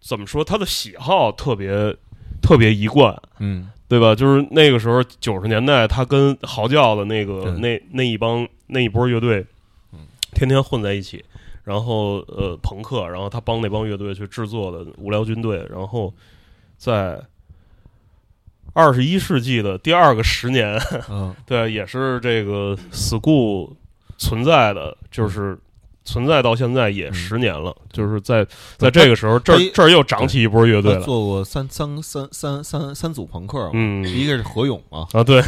S2: 怎么说，他的喜好特别特别一贯，
S1: 嗯，
S2: 对吧？就是那个时候九十年代，他跟嚎叫的那个
S1: 对
S2: 那那一帮那一波乐队
S1: 嗯，
S2: 天天混在一起。然后呃，朋克，然后他帮那帮乐队去制作的《无聊军队》，然后在二十一世纪的第二个十年，
S1: 嗯
S2: 对，也是这个 school 存在的，就是存在到现在也十年了，就是在在这个时候，这
S1: 嗯他
S2: 儿这儿又长起一波乐队
S1: 他
S2: 来，
S1: 做过三三三三三三组朋克嘛，
S2: 嗯
S1: 一个是何勇嘛，
S2: 啊，对，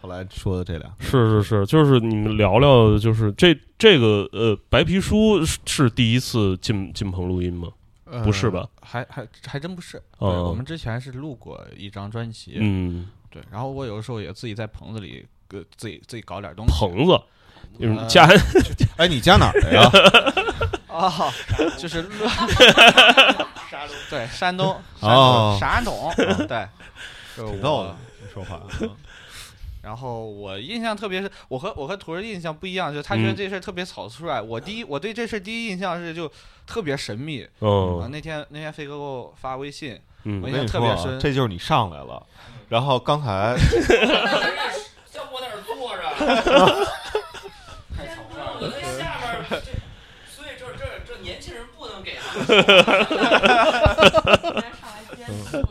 S1: 后来说的这俩，
S2: 是是是，就是你们聊聊，就是这这个呃，白皮书是是第一次进进棚录音吗？不是吧？
S5: 呃还还还真不是，对，
S2: 哦
S5: 我们之前是录过一张专辑，
S2: 嗯，
S5: 对，然后我有的时候也自己在棚子里，呃，自己自己搞点东西。
S2: 棚子，嗯，
S5: 呃
S2: 家
S1: 哎，你家哪儿的呀？
S5: 啊、就是录 对山东
S1: 哦
S5: 山东山东，对，
S1: 挺
S5: 挺嗯
S1: 逗的，说 话啊
S5: 然后我印象特别是，我和我和图儿印象不一样，就是他
S2: 嗯
S5: 觉得这事儿特别草率。我第一我对这事儿第一印象是就特别神秘。啊，
S2: 嗯
S5: 那天那天飞哥给我发微信，
S1: 我
S5: 我
S2: 嗯，
S1: 跟
S5: 印象
S1: 你
S5: 哎特
S1: 说
S5: 别
S1: 啊
S5: 深，。
S1: 这就是你上来 了，然后刚才
S3: 在我那儿 坐着，我在下边，所以这这这年轻人不能给他。
S5: 嗯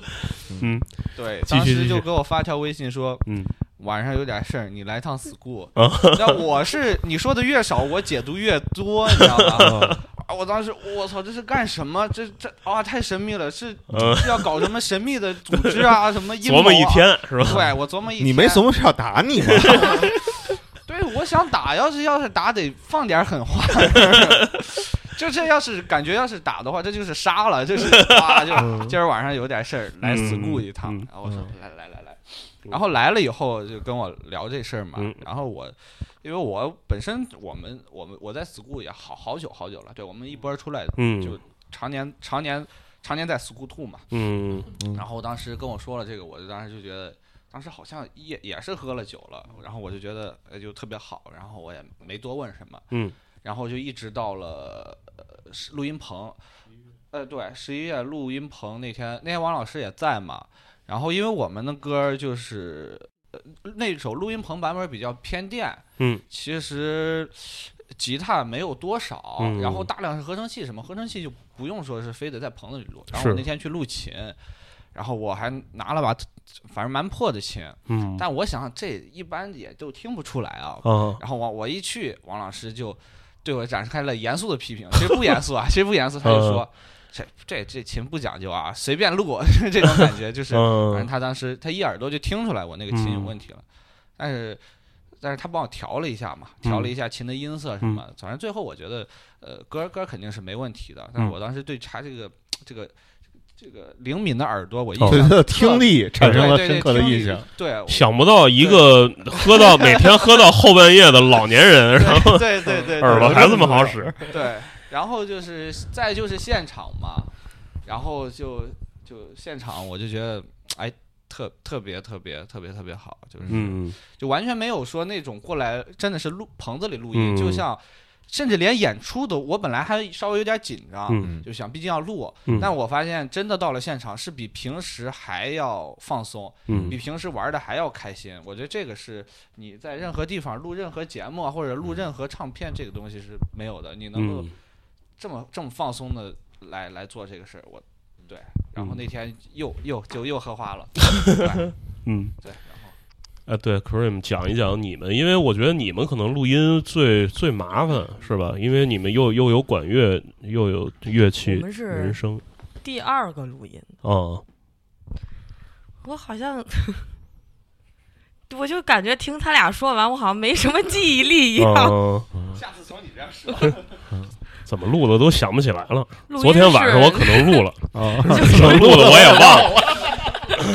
S1: 嗯
S5: 对，
S2: 继续
S5: 当时
S2: 继续
S5: 就给我发条微信说，
S2: 嗯，
S5: 晚上有点事儿，你来趟 school
S2: 啊。
S5: 那我是你说的越少，我解读越多，你知道
S2: 哦
S5: 吧？ 啊，我当时我操，这是干什么？这这啊，太神秘了，是
S2: 嗯
S5: 是要搞什么神秘的组织啊？什么阴谋、
S2: 琢
S5: 啊？
S2: 磨一。天是吧？
S5: 对，我琢磨一天。
S1: 你没怂是要打你吗？
S5: 对，我想打，要是要是打得放点 狠话，就这要是感觉要是打的话，这就是杀 了，就是啊，就今儿晚上有点事儿来
S2: 嗯
S5: school 一趟
S2: 嗯，
S5: 然后我说来来来来，然后来了以后就跟我聊这事儿嘛
S2: 嗯，
S5: 然后我因为我本身我们我们我在 school 也好好久好久了，对我们一波儿出来的，
S2: 嗯
S5: 就常年常年常年在 school two 嘛，
S2: 嗯
S5: 然后当时跟我说了这个，我就当时就觉得，当时好像也也是喝了酒了，然后我就觉得呃就特别好，然后我也没多问什么，
S2: 嗯，
S5: 然后就一直到了、呃、是录音棚，呃对，十一月录音棚那天，那天王老师也在嘛，然后因为我们的歌儿就是。呃那首录音棚版本比较偏电，
S2: 嗯，
S5: 其实吉他没有多少，
S2: 嗯
S5: 然后大量是合成器，什么合成器就不用说是非得在棚子里录。然
S2: 是
S5: 后我那天去录琴，然后我还拿了把反正蛮破的琴，
S2: 嗯
S5: 但我想这一般也就听不出来啊。
S2: 啊，
S5: 然后我我一去，王老师就对我展开了严肃的批评，其实 不严肃啊，其实不严肃，他就说
S2: 嗯
S5: 这这这琴不讲究啊，随便录 这种感觉就是。反正
S2: 嗯
S5: 他当时他一耳朵就听出来我那个琴有问题了，
S1: 嗯
S5: 但是但是他帮我调了一下嘛，调
S1: 嗯
S5: 了一下琴的音色什么的，反正最后我觉得呃歌歌肯定是没问题的，
S1: 嗯
S5: 但是我当时对他这个这个这个灵敏的耳朵，我印象
S1: 哦对他
S5: 特
S1: 的听力产生了
S5: 对对
S1: 深刻的
S5: 听力
S1: 印象。
S5: 对。我
S2: 想不到一个喝 到每天喝到后半夜的老年人，然后
S5: 对 对对，对
S2: 耳朵还这么好使，
S5: 对，然后就是再就是现场嘛，然后就就现场我就觉得哎特特别特别特别特别好，就是、
S2: 嗯
S5: 就完全没有说那种过来真的是录棚子里录
S2: 嗯
S5: 音，就像甚至连演出都，我本来还稍微有点紧张，
S2: 嗯
S5: 就想毕竟要录，
S2: 嗯
S5: 但我发现真的到了现场是比平时还要放松，比
S2: 嗯
S5: 平时玩的还要开心。我觉得这个是你在任何地方录任何节目啊或者录任何唱片这个东西是没有的，你能够
S2: 嗯
S5: 这么这么放松的来来做这个事儿，我对。然后
S2: 嗯
S5: 那天又又就又喝花了，对
S2: 嗯。
S5: 对，然后
S2: 哎，对，Cream 讲一讲你们，因为我觉得你们可能录音最最麻烦，是吧？因为你们又又有管乐，又有乐器
S6: 我们是
S2: 人声
S6: 第二个录音，
S2: 啊，
S6: 我好像，我就感觉听他俩说完，我好像没什么记忆力一样。
S2: 啊，
S5: 下次从你这儿试。
S2: 怎么录的都想不起来了。
S6: 录音
S2: 昨天晚上我
S6: 室
S2: 可能录 了，
S1: 啊，
S2: 可能录的我也忘了。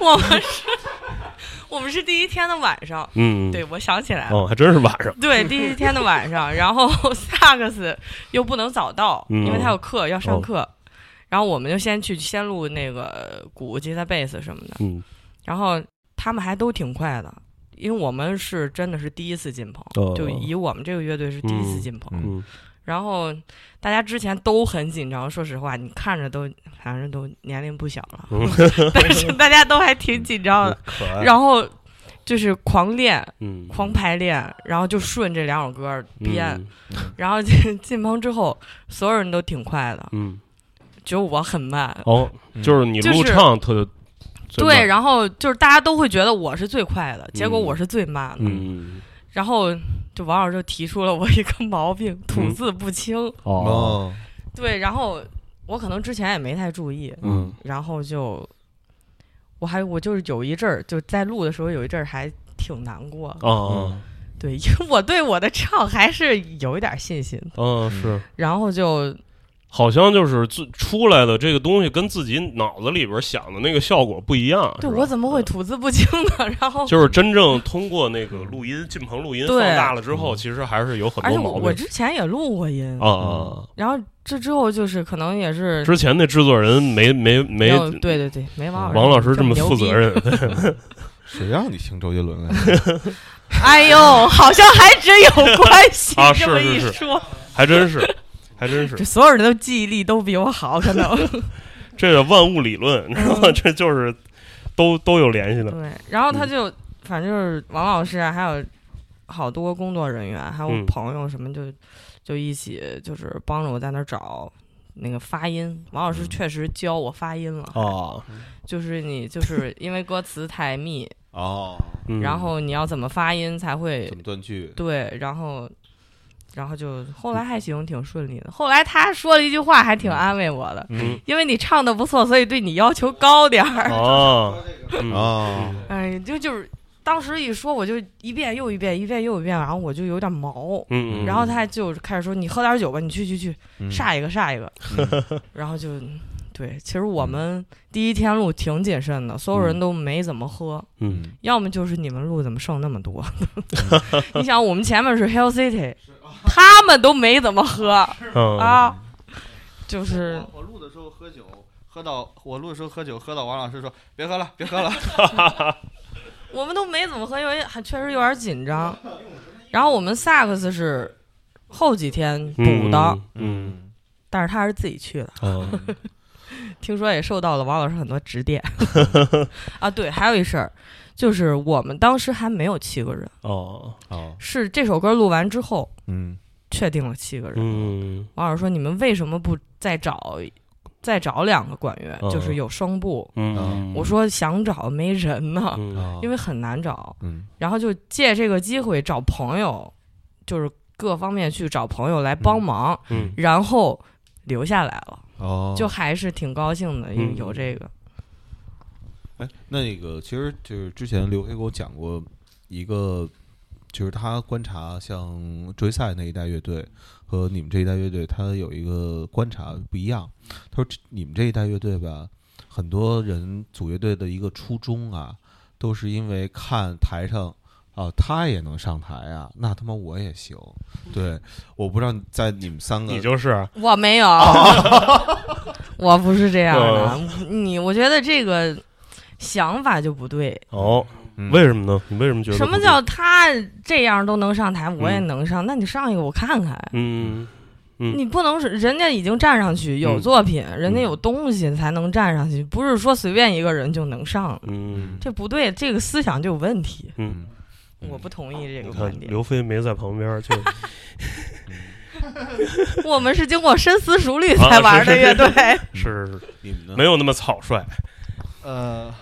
S6: 我们是， 我们是第一天的晚上，
S2: 嗯，
S6: 对，我想起来了。
S2: 哦，还真是晚上。
S6: 对，第一天的晚上，然后 萨克斯又不能早到，
S2: 嗯
S6: 因为他有课要上
S2: 哦
S6: 课，然后我们就先去先录那个鼓、吉他、贝斯什么的，
S2: 嗯，
S6: 然后他们还都挺快的，因为我们是真的是第一次进棚，
S2: 哦
S6: 就以我们这个乐队是第一次进棚，
S2: 嗯
S6: 然后大家之前都很紧张，说实话，你看着都反正都年龄不小了，
S2: 嗯
S6: 但是大家都还挺紧张的，
S2: 可爱。
S6: 然后就是狂练、
S2: 嗯，
S6: 狂排练，然后就顺这两首歌编，
S2: 嗯
S6: 然后 进进棚之后，所有人都挺快的，
S2: 嗯，
S6: 只有我很慢。
S2: 哦，就是你录唱特最慢
S6: 对，然后就是大家都会觉得我是最快的，结果我是最慢的。
S2: 嗯
S6: 然后就王老师就提出了我一个毛病，
S2: 嗯
S6: 吐字不清。
S2: 哦
S1: 哦，
S6: 对，然后我可能之前也没太注意，
S2: 嗯
S6: 然后就我还我就是有一阵儿就在录的时候有一阵儿还挺难过，
S5: 嗯
S2: 哦
S6: 对，因为我对我的唱还是有一点信心的。
S2: 哦
S5: 嗯
S2: 是。
S6: 然后就
S2: 好像就是自出来的这个东西跟自己脑子里边想的那个效果不一样。
S6: 对
S2: 是吧
S6: 我怎么会吐字不清呢？ 然后
S2: 就是真正通过那个录 音进棚录音放
S6: 对
S2: 大了之后，其实还是有很
S6: 而且
S2: 多
S6: 我
S2: 毛
S6: 我
S2: 病
S6: 之前也录过音，
S2: 啊。
S6: 然后这之后就是可能也是
S2: 之前那制作人没没没嗯
S6: 有对对对，没王老师
S2: 王老师
S6: 这
S2: 么
S6: 牛
S2: 负
S6: 逼
S2: 责。任，。
S1: 谁让你听周杰伦啊？
S6: 哎呦，好像还真有关系
S2: 啊
S6: 这么
S2: 是是
S6: 一
S2: 是
S6: 说，
S2: 还真是，还真是
S6: 这所有人都记忆力都比我好，可 能
S2: 这个万物理论，你知
S6: 嗯
S2: 道吗？这就是都都有联系的。
S6: 对。然后他
S2: 嗯
S6: 就反正就是王老师啊，还有好多工作人员，还有
S2: 嗯
S6: 朋友什么就就一起就是帮着我在那儿找。那个发音，王老师
S2: 嗯
S6: 确实教我发音了，
S2: 哦，
S6: 就是你就是因为歌词太密，
S1: 哦，
S2: 嗯
S6: 然后你要怎么发音才会
S1: 怎么断句？
S6: 对，然后然后就后
S2: 嗯
S6: 来还行，挺顺利的。后来他说了一句话，还挺安慰我的，
S2: 嗯
S6: 因为你唱的不错，所以对你要求高点儿。
S2: 哦嗯
S1: 啊，
S6: 哎，就就是当时一说，我就一遍又一遍，一遍又一遍，然后我就有点毛。
S2: 嗯，嗯
S6: 然后他就开始说：“你喝点酒吧，你去去去，
S1: 嗯
S2: 嗯
S6: 下一个 下一个。然后就，对，其实我们第一天录挺谨慎的，所有人
S2: 嗯
S6: 都没怎么喝。
S2: 嗯
S6: 要么就是你们路怎么剩那么多？你想，我们前 面是啊 Hell City，他们都没怎么喝
S2: 嗯
S6: 啊，就是啊
S5: 我我录的时候喝酒，喝到我录的时候喝酒，喝到王老师说别喝了，别喝了。
S6: 我们都没怎么喝，因为还确实有点紧张。然后我们萨克斯是后几天补的，，
S2: 嗯
S6: 嗯
S2: 嗯
S6: 但是他是自己去的，
S2: 哦
S6: 听说也受到了王老师很多指点啊。对，还有一事儿，就是我们当时还没有七个人，
S2: 哦
S1: 哦，
S6: 是这首歌录完之后
S1: 嗯，
S6: 确定了七个人。
S2: 嗯
S6: 王老师说：“你们为什么不再找再找两个管乐，
S2: 嗯
S6: 就是有声部？”
S2: 嗯，
S6: 我说：“啊想找没人呢，
S1: 啊
S2: 嗯
S6: 因为很难找。
S1: 哦嗯”
S6: 然后就借这个机会找朋友，就是各方面去找朋友来帮忙，
S2: 嗯
S6: 然后留下来了，
S1: 哦，
S6: 就还是挺高兴的，因为
S2: 嗯
S6: 有这个。
S1: 哎，那个其实就是之前刘飞给我讲过一个，就是他观察像追赛那一代乐队和你们这一代乐队，他有一个观察不一样。他说这你们这一代乐队吧，很多人组乐队的一个初衷啊，都是因为看台上。啊，他也能上台啊，那他妈我也行。对，我不知道在你们三个，
S2: 你就是啊
S6: 我没
S2: 哦 嗯
S6: 有，我不是这样的。你我觉得这个想法就不对。
S2: 哦，为什么呢？你为什么觉得
S6: 什么
S2: 不
S6: 叫他这样都能上台，我也
S2: 嗯
S6: 能上？那你上一个我看看。
S2: 嗯嗯
S6: 你不能是人家已经站上去有
S2: 嗯
S6: 作品，人家有东西才能站上去，不是说随便一个人就能上，
S2: 嗯
S6: 这不对，这个思想就有问题，
S2: 嗯？
S6: 我不同意这
S2: 你
S6: 个
S2: 看
S6: 观点。
S2: 刘飞没在旁边，就
S6: 我们是经过深思熟虑
S2: 啊
S6: 才玩
S2: 是
S6: 的
S2: 是
S6: 乐队，
S2: 是是是，
S1: 你们呢？
S2: 没有那么草率
S5: 呃，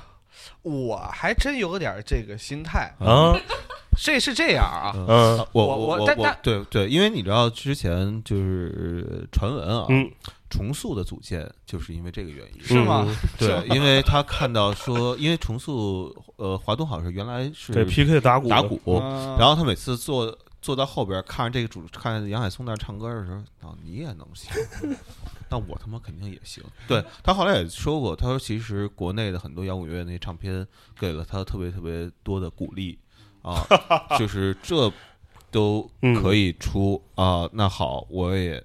S5: 我还真有点这个心态，
S2: 啊。
S5: 这是这样 啊，
S1: 嗯
S2: 嗯
S1: 我
S5: 我我
S1: 我
S5: 但但
S1: 对对，因为你知道之前就是传闻啊，
S2: 嗯，
S1: 重塑的组建就是因为这个原因，
S5: 是吗？
S1: 对，因为他看到说，因为重塑呃华东好像是原来是
S2: 对 PK 打鼓
S1: 打鼓，
S5: 嗯
S1: 然后他每次坐坐到后边看着这个主看着杨海松在那唱歌的时候，啊，你也能 行，那我他妈肯定也行。对他后来也说过，他说其实国内的很多摇滚乐那些唱片给了他特别特别多的鼓励 啊，就是这都可以
S5: 嗯
S1: 出啊，那好，我也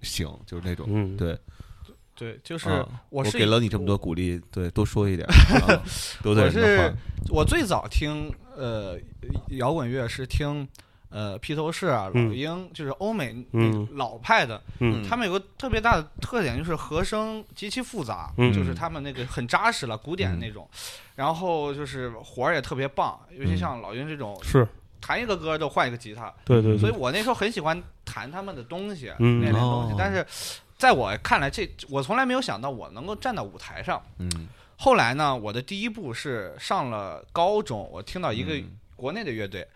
S1: 行，就是那种。
S2: 嗯，
S1: 对，
S5: 对，就是
S1: 啊
S5: 我是
S1: 给了你这么多鼓励，对，多说 一点，啊、多对
S5: 我
S1: 人的
S5: 是
S1: 话，
S5: 我最早听呃摇滚乐是听呃披头士啊、老
S2: 嗯
S5: 鹰，就是欧美
S2: 嗯
S5: 老派的，
S2: 嗯
S5: 他们有个特别大的特点就是和声极其复杂，
S2: 嗯
S5: 就是他们那个很扎实了，古
S1: 嗯
S5: 典那种，然后就是活儿也特别棒，尤
S1: 嗯
S5: 其像老鹰这种，
S2: 是
S5: 弹一个歌都换一个吉他，
S2: 对对
S5: 所以
S2: 对，
S5: 我那时候很喜欢弹他们的东西，
S2: 嗯
S5: 那类东西
S1: 哦，
S5: 但是在我看来，这我从来没有想到我能够站到舞台上。
S1: 嗯，
S5: 后来呢，我的第一步是上了高中，我听到一个
S1: 嗯
S5: 国内的乐队，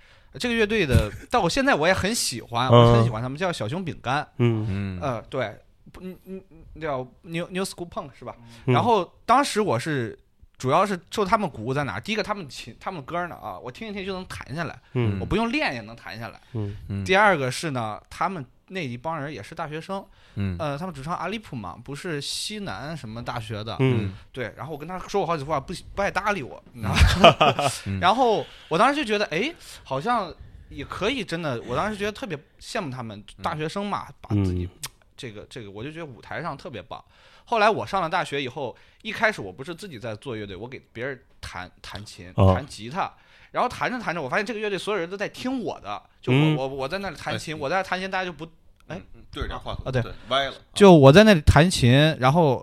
S5: 这个乐队的到我现在我也很喜欢，
S2: 嗯
S5: 我很喜欢他们，叫小熊饼干，
S2: 嗯
S1: 嗯
S5: 呃，对，不嗯嗯，嗯叫 New New School Punk 是吧？
S2: 嗯
S5: 然后当时我是。主要是受他们鼓舞在哪儿？第一个，他们琴、他们歌呢啊，我听一听就能弹下来，
S2: 嗯
S5: 我不用练也能弹下来。
S2: 嗯
S1: 嗯
S5: 第二个是呢，他们那一帮人也是大学生，
S1: 嗯
S5: 呃，他们主唱阿利普嘛，不是西南什么大学的，
S2: 嗯
S5: 对，然后我跟他说过好几次话，不不爱搭理我，你知道吗？
S1: 嗯
S5: 然后我当时就觉得，哎，好像也可以，真的，我当时觉得特别羡慕他们，
S2: 嗯
S5: 大学生嘛，把自己、这个这个，我就觉得舞台上特别棒。后来我上了大学以后，一开始我不是自己在做乐队，我给别人弹弹琴、
S2: 哦
S5: 弹吉他，然后弹着弹着，我发现这个乐队所有人都在听我的，就我、
S2: 嗯
S5: 我我在那里弹琴，
S1: 哎
S5: 我在那弹琴，大家就不
S1: 嗯对着话筒
S5: 啊对
S1: 歪了，
S5: 就我在那里弹琴，然后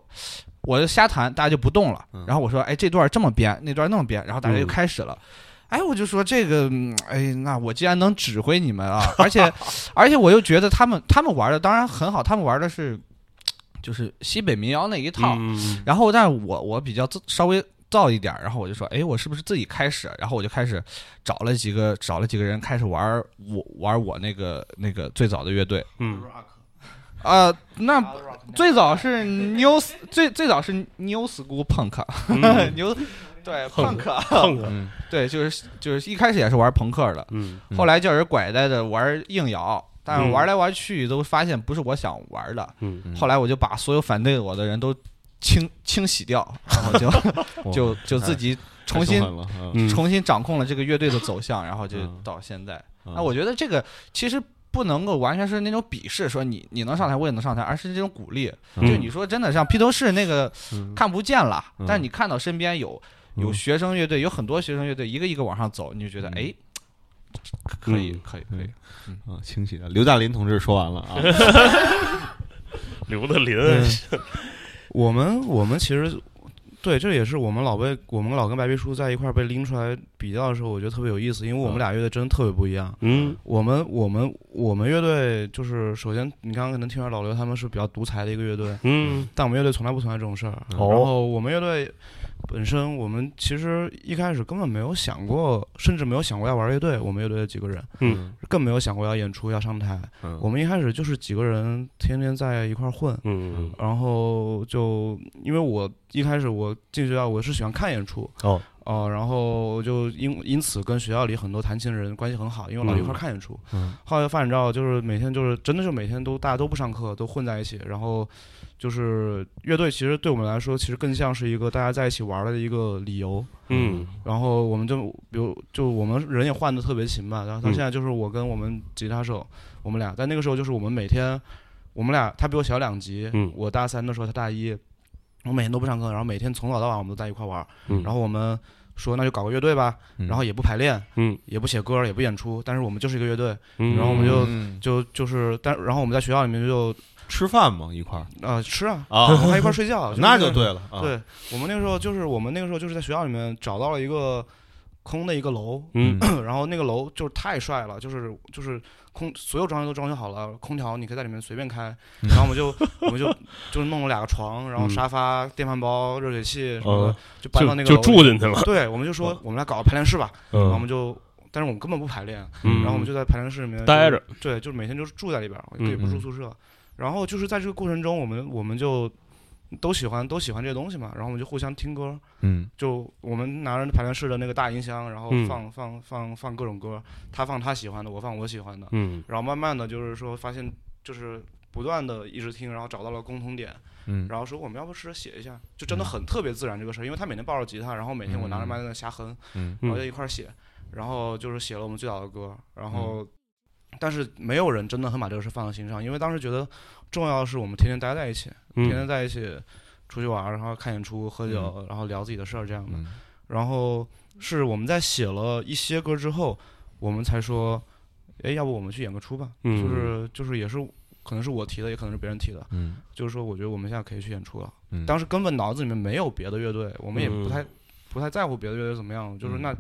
S5: 我就瞎弹，大家就不动了
S1: 嗯。
S5: 然后我说，哎，这段这么编，那段那么编，然后大家就
S2: 嗯
S5: 开始了。哎，我就说这个，嗯哎，那我既然能指挥你们啊，而且而且我又觉得他们他们玩的当然很好，他们玩的是就是西北民谣那一套。
S2: 嗯
S5: 然后，但是我我比较自稍微。燥一点儿，然后我就说，哎，我是不是自己开始？然后我就开始找了几个找了几个人开始玩儿我玩儿我那个那个最早的乐队
S2: 嗯
S5: 啊、那最早是 new 最最早是 new school punk
S2: 嗯
S5: new 对
S2: Punk
S5: punk
S2: 碰个
S1: 嗯
S5: 对就是就是一开始也是玩朋克的，
S2: 嗯
S1: 嗯
S5: 后来叫人拐带着玩硬摇，但
S2: 嗯
S5: 是玩来玩去都发现不是我想玩的，
S2: 嗯
S1: 嗯
S5: 后来我就把所有反对我的人都清清洗掉，然后就就就自己重新
S1: 嗯
S2: 嗯
S5: 重新掌控了这个乐队的走向，然后就
S1: 嗯
S5: 到现在。那
S1: 啊
S5: 我觉得这个其实不能够完全是那种鄙视，说你你能上台我也能上台，而是这种鼓励。
S2: 嗯
S5: 就你说真的，像披头士那个
S1: 嗯
S5: 看不见了，
S1: 嗯
S5: 但是你看到身边有有
S2: 嗯
S5: 学生乐队，有很多学生乐队一个一个往上走，你就觉得
S1: 嗯
S5: 哎，可以
S2: 嗯
S5: 可以可以。
S1: 啊，清洗的刘大林同志说完了啊，
S2: 刘德林
S4: 嗯我们我们其实对，这也是我们老被我们老跟白皮书在一块儿被拎出来比较的时候，我觉得特别有意思，因为我们俩乐队真的特别不一样。
S2: 嗯
S4: 我们我们我们乐队就是，首先你刚刚可能听出来老刘他们是比较独裁的一个乐队，
S2: 嗯
S4: 但我们乐队从来不存在这种事儿。
S2: 哦
S4: 然后我们乐队本身，我们其实一开始根本没有想过，甚至没有想过要玩乐队。我们乐队的几个人
S2: 嗯
S4: 更没有想过要演出要上台。
S1: 嗯
S4: 我们一开始就是几个人天天在一块儿混，
S2: 嗯
S4: 然后就因为我一开始我进学校我是喜欢看演出
S2: 哦
S4: 哦然后就因因此跟学校里很多弹琴人关系很好，因为我老一块儿看演出，
S1: 嗯
S4: 后来发展到就是每天就是真的就每天都大家都不上课，都混在一起，然后就是乐队其实对我们来说其实更像是一个大家在一起玩儿的一个理由，
S2: 嗯
S4: 然后我们就比如就我们人也换的特别勤嘛，然后到
S2: 嗯
S4: 现在就是我跟我们吉他手，我们俩，但那个时候就是我们每天，我们俩他比我小两级，
S2: 嗯
S4: 我大三的时候他大一，我每天都不上课，然后每天从早到晚我们都在一块玩儿，
S2: 嗯
S4: 然后我们说那就搞个乐队吧，
S1: 嗯
S4: 然后也不排练，
S2: 嗯，
S4: 也不写歌，也不演出，但是我们就是一个乐队，
S2: 嗯
S4: 然后我们就
S1: 嗯
S4: 就就是但然后我们在学校里面就
S1: 吃饭嘛一块儿
S4: 呃吃啊，我
S1: 啊，，
S4: 们还一块儿睡觉
S1: 那
S4: 是
S1: 就对了啊，
S4: 对我们那个时候就是我们那个时候就是在学校里面找到了一个空的一 个楼，
S2: 嗯
S4: 然后那个楼就是太帅了，就是就是空所有装修都装修好了，空调你可以在里面随 便开，
S1: 嗯
S4: 然后我们就我们就就是弄了两个床，然后
S2: 嗯
S4: 沙 发、电饭煲、热水器什么的，
S2: 嗯
S4: 就搬到
S2: 就
S4: 那个
S2: 就
S4: 楼
S2: 住
S4: 里。
S2: 进去哦了，
S4: 对，我们就说我们来搞个排练室吧，然后我
S2: 嗯
S4: 们就。但是我们根本不排练，啊
S2: 嗯，
S4: 然后我们就在排练室里面就
S2: 待着，
S4: 对，就是每天就是住在里边儿，
S2: 嗯
S4: 也不住
S1: 嗯
S4: 宿舍。然后就是在这个过程中，我们我们就都喜欢都喜欢这些东西嘛，然后我们就互相听歌，
S1: 嗯
S4: 就我们拿着排练室的那个大音箱，然后
S2: 嗯
S4: 放、放放放各种歌，他放他喜欢的，我放我喜欢的，
S2: 嗯
S4: 然后慢慢的就是说发现就是不断的一直听，然后找到了共同点，
S1: 嗯
S4: 然后说我们要不试着写一下，
S2: 嗯
S4: 就真的很特别自然这个事儿，因为他每天抱着吉他，然后每天我拿着
S1: 嗯
S4: 麦在那瞎哼，
S1: 嗯
S4: 然后
S2: 嗯
S4: 就一块儿写，然后就是写了我们最早的歌，然后、但是没有人真的很把这个事放在心上，因为当时觉得重要的是我们天天待在一起，天天
S2: 嗯
S4: 在一起出去玩儿，然后看演出、喝酒，
S1: 嗯
S4: 然后聊自己的事儿这样的。
S1: 嗯
S4: 然后是我们在写了一些歌之后，我们才说，哎，要不我们去演个出吧？
S2: 嗯
S4: 就是就是也是可能是我提的，也可能是别人提的，
S1: 嗯
S4: 就是说我觉得我们现在可以去演出了。
S1: 嗯，
S4: 当时根本脑子里面没有别的乐队，我们也不太、
S2: 嗯
S4: 不太在乎别的乐队怎么样，就是
S1: 嗯
S4: 那、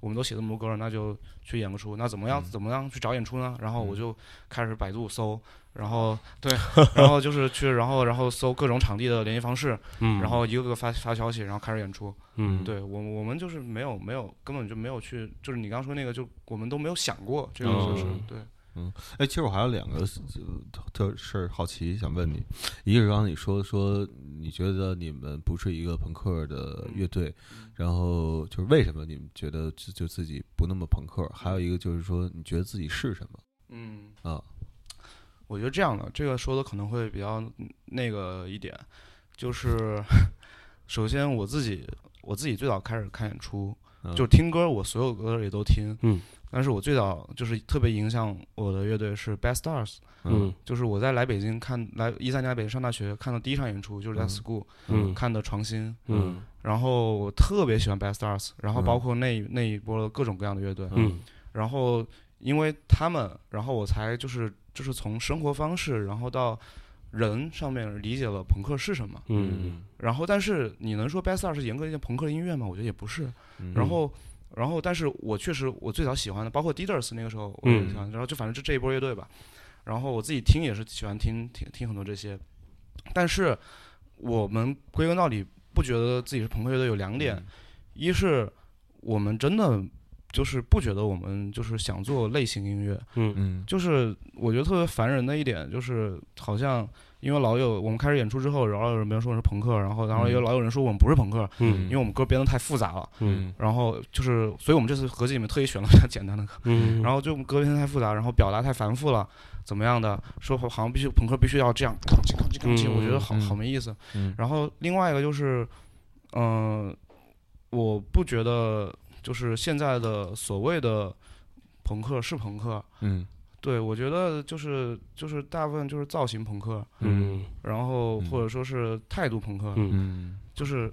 S4: 我们都写这么多歌了，那就去演个出，那怎么样、
S1: 嗯
S4: 怎么样去找演出呢？然后我
S1: 嗯
S4: 就开始百度搜，然后对，然后就是去，然后然后搜各种场地的联系方式，
S2: 嗯，
S4: 然后一个个发发消息，然后开始演出。
S2: 嗯
S4: 对我我们就是没有没有根本就没有去，就是你刚说那个，就我们都没有想过这个事情、
S2: 嗯
S4: 对，
S1: 哎，其实我还有两个呃特事儿好奇想问你，一个是刚才你说说你觉得你们不是一个朋克的乐队，然后就是为什么你们觉得就就自己不那么朋克？还有一个就是说你觉得自己是什么
S4: 嗯。
S1: 啊？
S4: 我觉得这样的，这个说的可能会比较那个一点，就是 首先我自己，我自己最早开始看演出，
S1: 嗯
S4: 就听歌，我所有歌也都听，
S2: 嗯，
S4: 但是我最早就是特别影响我的乐队是 Bad Stars，
S2: 嗯
S4: 就是我在来北京看来一三年来北京上大学看的第一场演出就是在
S1: 嗯
S4: School、
S2: 嗯
S4: 看的床新，
S2: 嗯
S4: 然后我特别喜欢 Bad Stars，然后
S1: 嗯
S4: 包括那、那一波的各种各样的乐队，
S2: 嗯
S4: 然后因为他们，然后我才就是就是从生活方式，然后到人上面理解了朋克是什么。
S2: 嗯
S4: 然后，但是你能说 b e s t a r 是严格一件朋克的音乐吗？我觉得也不是。
S1: 嗯
S4: 然后，然后，但是我确实我最早喜欢的，包括 Didders 那个时候我也喜欢，然后就反正就这一波乐队吧。然后我自己听也是喜欢听听听很多这些，但是我们归根到底不觉得自己是朋克乐队有两点，一是我们真的就是不觉得我们就是想做类型音乐，
S2: 嗯
S1: 嗯
S4: 就是我觉得特别烦人的一点就是好像因为老有我们开始演出之后，然后有人别人说我们是朋克，然后然后
S1: 嗯
S4: 又老有人说我们不是朋克，
S2: 嗯
S4: 因为我们歌编的太复杂了，
S2: 嗯
S4: 然后就是所以我们这次合集里面特意选了比较简单的歌，
S2: 嗯，
S4: 然
S2: 后
S4: 后就我们歌编得太复杂，然后表达太繁复了。怎么样的说好像必须朋克必须要这样，钢琴钢琴钢琴，我觉得好
S1: 嗯
S4: 好没意思。
S1: 嗯
S4: 然后另外一个就是，嗯、我不觉得就是现在的所谓的朋克是朋克，
S1: 嗯
S4: 对我觉得就是就是大部分就是造型朋克，
S2: 嗯
S4: 然后
S1: 嗯
S4: 或者说是态度朋克，
S2: 嗯
S1: 嗯
S4: 就是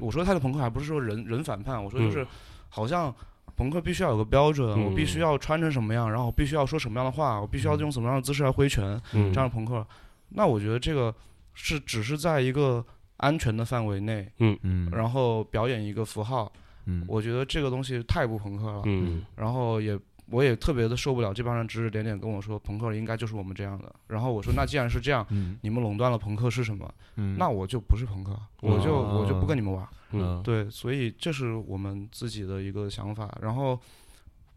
S4: 我说的态度朋克还不是说人人反叛，我说就
S2: 嗯
S4: 是好像。朋克必须要有个标准，我必须
S2: 嗯
S4: 要穿成什么样，然后我必须要说什么样的话，我必须要用什么样的姿势来挥拳，
S2: 嗯
S4: 这样的朋克。那我觉得这个是只是在一个安全的范围内，
S1: 嗯，后
S4: 然后表演一个符号，
S1: 嗯
S4: 我觉得这个东西太不朋克了。
S2: 嗯
S4: 然后也我也特别的受不了这帮人指指点点跟我说朋克应该就是我们这样的。然后我说那既然是这样，
S1: 嗯
S4: 你们垄断了朋克是什么？
S1: 嗯哦
S4: 那我就不是朋克，我就我就不跟你们玩。
S2: 嗯
S4: 对，所以这是我们自己的一个想法。然后，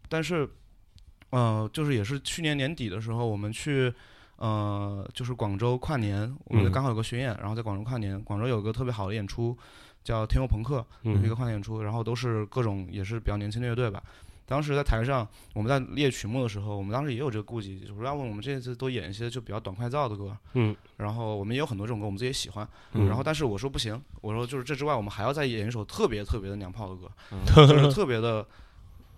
S4: 但是，呃，就是也是去年年底的时候，我们去，呃，就是广州跨年，我
S2: 嗯
S4: 们刚好有个巡演，然后在广州跨年，广州有个特别好的演出，叫天佑朋克，有一
S2: 嗯
S4: 个跨年演出，然后都是各种也是比较年轻的乐队吧。当时在台上，我们在列曲目的时候，我们当时也有这个顾忌，就是要问我们这次都演一些就比较短快燥的歌，
S2: 嗯，
S4: 然后我们也有很多这种歌，我们自己也喜欢，
S2: 嗯
S4: 然后但是我说不行，我说就是这之外，我们还要再演一首特别特别的娘炮的歌，
S2: 嗯
S4: 就是特别的，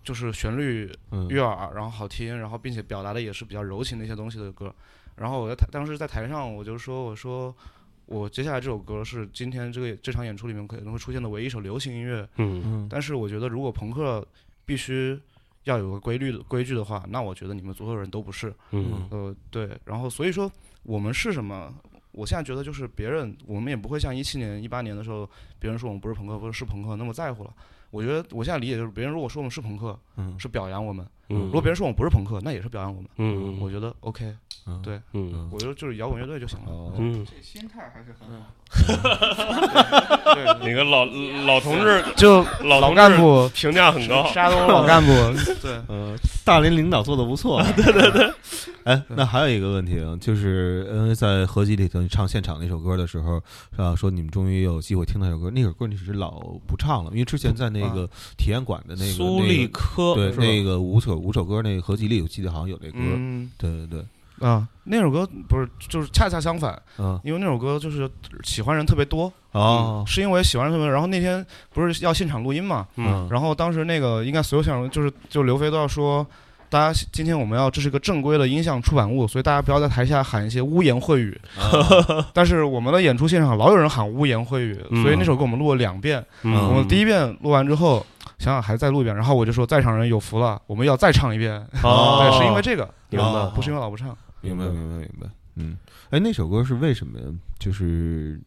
S4: 就是旋律
S1: 嗯
S4: 悦耳，然后好听，然后并且表达的也是比较柔情的一些东西的歌。然后我在台当时在台上，我就说我说我接下来这首歌是今天这个这场演出里面可能会出现的唯一一首流行音乐。
S2: 嗯
S1: 嗯
S4: 但是我觉得，如果朋克必须要有个规律的规矩的话，那我觉得你们所有人都不是。
S2: 嗯
S4: 呃，对，然后所以说我们是什么？我现在觉得就是别人，我们也不会像一七年、一八年的时候，别人说我们不是朋克或者是朋克那么在乎了。我觉得我现在理解就是，别人如果说我们是朋克，
S1: 嗯
S4: 是表扬我们；
S2: 嗯，
S4: 如果别人说我们不是朋克，那也是表扬我们。
S2: 嗯，
S4: 我觉得 OK，
S1: 嗯
S4: 对
S2: 嗯
S4: 我觉得就是摇滚乐队就行了。
S1: 哦，
S2: 嗯，
S5: 这心态还是很好。
S4: 对，
S2: 那个老老同志
S4: 就
S2: 老同
S4: 老
S2: 志
S4: 干部，
S2: 评价很高，
S4: 沙东老干部，对，
S1: 呃，大连领导做的不错、对对对。哎，那还有一个问题啊，就是因为在合集里头你唱现场那首歌的时候，啊，说你们终于有机会听到那首歌，那首歌你是老不唱了，因为之前在那个体验馆的那个
S2: 苏利科
S1: 那个
S2: 是吧
S1: 对那个五首五首歌那个合集里，我记得好像有那歌。
S4: 嗯
S1: 对对对，
S4: 啊，那首歌不是就是恰恰相反，
S1: 嗯
S4: 因为那首歌就是喜欢人特别多嗯
S1: 哦，
S4: 是因为喜欢人特别多。然后那天不是要现场录音嘛，
S2: 嗯
S4: 然后当时那个应该所有现场就是就刘飞都要说。大家今天我们要这是个正规的音像出版物，所以大家不要在台下喊一些污言秽语。 但是我们的演出现场老有人喊污言秽语，
S2: 哦嗯
S4: 所以那首歌我们录了两遍。
S2: 嗯，
S4: 我们第一遍录完之后，想想还再录一遍，然后我就说在场人有福了，我们要再唱一遍。
S2: 哦
S4: 对，是因为这个，
S1: 明白哦
S4: 不是因为老不唱。
S1: 明白明白明白。嗯，哎，那首歌是为什么呀？就是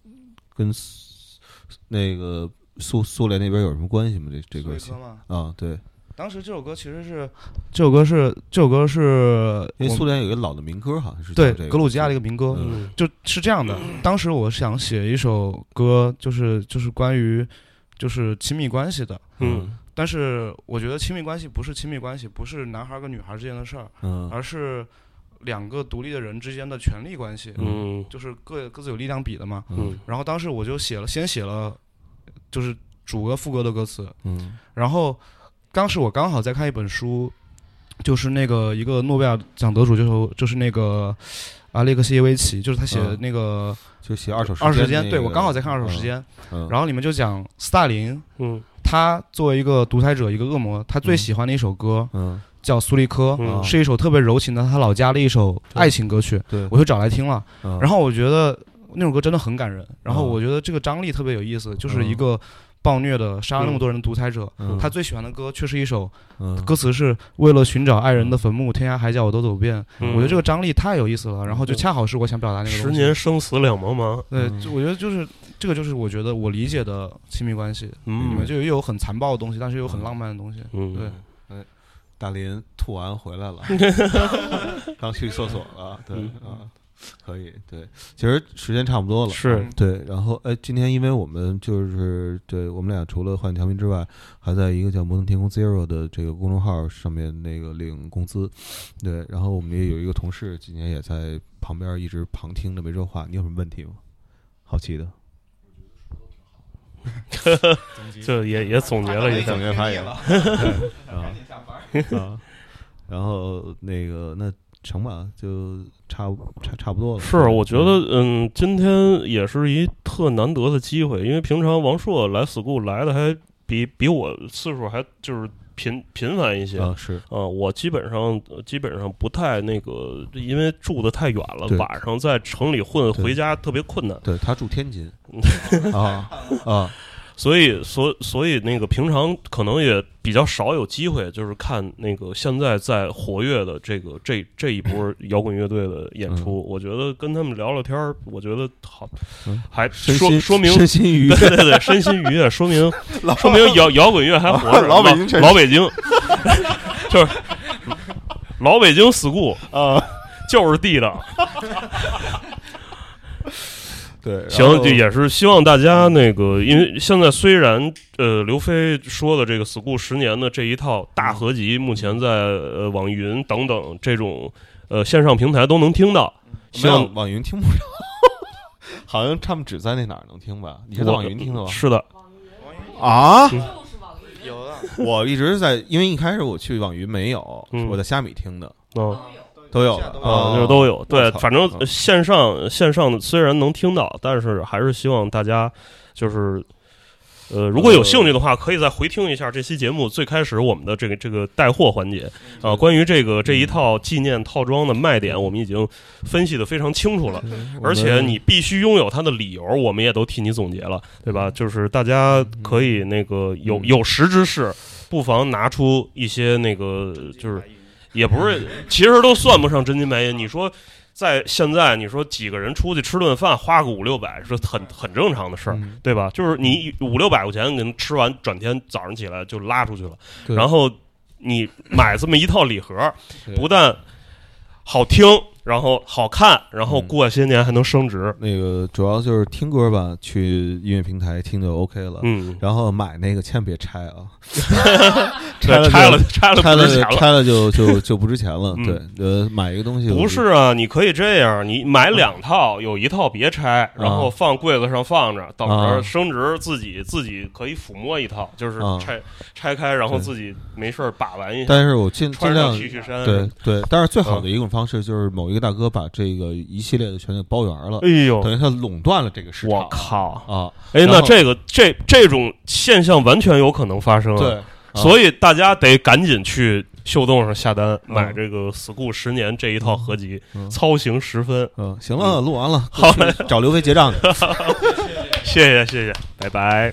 S1: 跟苏那个苏苏联那边有什么关系吗？这这歌
S4: 一
S1: 曲
S4: 歌嘛，
S1: 啊，对，
S4: 当时这首歌其实是，这首歌是这首歌是
S1: 因为
S4: 我
S1: 苏联有一个老的民歌，好像是叫
S4: 对
S1: 这个
S4: 格鲁吉亚的一个民歌，
S1: 嗯
S2: 嗯
S4: 就是这样的。 当时我想写一首歌，就是就是关于就是亲密关系的，
S2: 嗯
S4: 但是我觉得亲密关系不是亲密关系，不是男孩跟女孩之间的事儿，
S1: 嗯
S4: 而是两个独立的人之间的权利关系，
S2: 嗯
S4: 就是各各自有力量比的嘛。
S2: 嗯
S4: 然后当时我就写了，先写了就是主歌副歌的歌词，
S1: 嗯
S4: 然后当时我刚好在看一本书，就是那个一个诺贝尔奖得主，就是就是那个阿列克谢耶维奇，就是他写的
S1: 嗯
S4: 那个
S1: 就写二手
S4: 二手时
S1: 间那
S4: 间，
S1: 个，
S4: 对我刚好在看二手时间，
S1: 嗯，
S4: 然后里面就讲斯大林。
S2: 嗯
S4: 他作为一个独裁者，一个恶魔，他最
S1: 嗯
S4: 喜欢的一首歌
S1: 嗯
S4: 叫《苏利科》，
S2: 嗯
S4: 是一首特别柔情的他老家的一首
S1: 对
S4: 爱情歌曲，
S1: 对，
S4: 我就找来听了。
S2: 啊
S1: 然
S4: 然后我觉得那首歌真的很感人，然后
S1: 嗯
S4: 我觉得这个张力特别有意思，就是
S2: 嗯
S4: 一个暴虐的杀了那么多人的独裁者，
S1: 嗯
S4: 他最喜欢的歌却是一首
S1: 嗯
S4: 歌词是为了寻找爱人的坟墓，天涯海角我都走遍。
S2: 嗯
S4: 我觉得这个张力太有意思了，然后就恰好是我想表达那个
S2: 十
S4: 东西
S2: 年。生死两茫茫，
S4: 对
S1: 嗯，
S4: 就我觉得就是这个，就是我觉得我理解的亲密关系，里
S2: 嗯
S4: 面就又有很残暴的东西，但是又有很浪漫的东西。
S2: 嗯，
S4: 对，
S1: 大林吐完回 来了，刚去厕所了，对
S4: 嗯
S1: 啊，可以，对，其实时间差不多了，
S2: 是
S1: 对，然后哎，今天因为我们就是对我们俩除了换调频之外，还在一个叫摩登天空 Zero 的这个公众号上面那个领工资，对，然后我们也有一个同事今年也在旁边一直旁听着没说话，你有什么问题吗？好奇的，
S2: 就也也总结了一下
S1: 总，结发言了，啊
S5: 哎紧下班。
S1: 啊， 然后那个那成吧，就差不差差不多了，
S2: 是，我觉得，嗯，今天也是一特难得的机会，因为平常王硕来 school 来的还比比我次数还就是频频繁一些
S1: 啊是
S2: 啊、我基本上呃基本上不太那个，因为住的太远了
S1: 对，
S2: 晚上在城里混
S1: 对
S2: 回家特别困难，
S1: 对他住天 津啊啊
S2: 所以所所以那个平常可能也比较少有机会，就是看那个现在在活跃的这个这这一
S1: 嗯
S2: 波摇滚乐队的演出，我觉得跟他们聊聊天儿，我觉得好
S1: 嗯，
S2: 还
S1: 身
S2: 说
S1: 心
S2: 说明
S1: 身心 愉悦
S2: 对对对，身心愉悦，说明说明摇摇滚乐还活着。
S1: 老
S2: 老
S1: 北京确实
S2: 老北京， 就是老北京 school 啊，就是地道。
S1: 对，
S2: 行，就也是希望大家那个，因为现在虽然呃，刘飞说的这个 school 十年的这一套大合集，目前在呃网易云等等这种呃线上平台都能听到。
S1: 没
S2: 希
S1: 有
S2: 望
S1: 网云听不着， 好像他们只在那哪儿能听吧？你是在
S2: 我
S1: 网云听的吧？
S2: 是的，
S1: 啊，
S6: 就是网易云
S4: 有的，
S1: 我一直在，因为一开始我去网云没有，
S2: 嗯
S1: 我在虾米听的，
S2: 嗯。
S1: 都有
S4: 现在都有
S2: 啊，
S1: 啊，
S2: 就是都有。对，
S1: 操
S2: 反正
S1: 嗯
S2: 呃线上线上虽然能听到，但是还是希望大家就是呃，如果有兴趣的话，可以再回听一下这期节目最开始我们的这个这个带货环节啊、
S1: 嗯
S2: 关于这个这一套纪念套装的卖点，我们已经分析的非常清楚了。而且你必须拥有它的理由，我们也都替你总结了，对吧？就是大家可以那个有有识之士，不妨拿出一些那个，就是也不是，其实都算不上真金白银。你说在现在，你说几个人出去吃顿饭，花个五六百是很很正常的事儿，
S1: 嗯
S2: 对吧？就是你五六百块钱，你给吃完，转天早上起来就拉出去了，
S1: 对
S2: 然后你买这么一套礼盒，
S1: 对
S2: 不但好听。然后好看，然后
S1: 嗯
S2: 过些年还能升值，
S1: 那个主要就是听歌吧，去音乐平台听就 OK 了。
S2: 嗯，
S1: 然后买那个千万别拆啊，
S2: 对
S1: 了
S2: 拆了
S1: 就
S2: 拆了
S1: 拆
S2: 不值
S1: 就
S2: 钱了。
S1: 拆了就就就不值钱了。
S2: 嗯
S1: 对，呃，买一个东西
S2: 不是啊，你可以这样，你买
S1: 嗯
S2: 两套，有一套别拆，然后放柜子上放着，到时候
S1: 啊
S2: 升值自己自己可以抚摸一套，就是
S1: 啊
S2: 拆拆开，然后
S1: 对
S2: 自己没事儿把玩一下，
S1: 但是我尽尽
S2: 穿上
S1: 量
S2: 嗯 T 恤衫。
S1: 对，对，但是最好的一种方式就是某一个大哥把这个一系列的全给包圆了，
S2: 哎呦，
S1: 等于他垄断了这个市
S2: 我
S1: 场
S2: 靠！
S1: 啊。
S2: 哎，
S1: 然后
S2: 那这个这这种现象完全有可能发生啊。
S1: 对，啊
S2: 所以大家得赶紧去秀动上下单买这个《school 十年》这一套合集，
S1: 嗯
S2: 操行十分。
S1: 嗯，行了，录完了，好，找刘飞结账去。
S2: 谢谢谢谢，拜拜。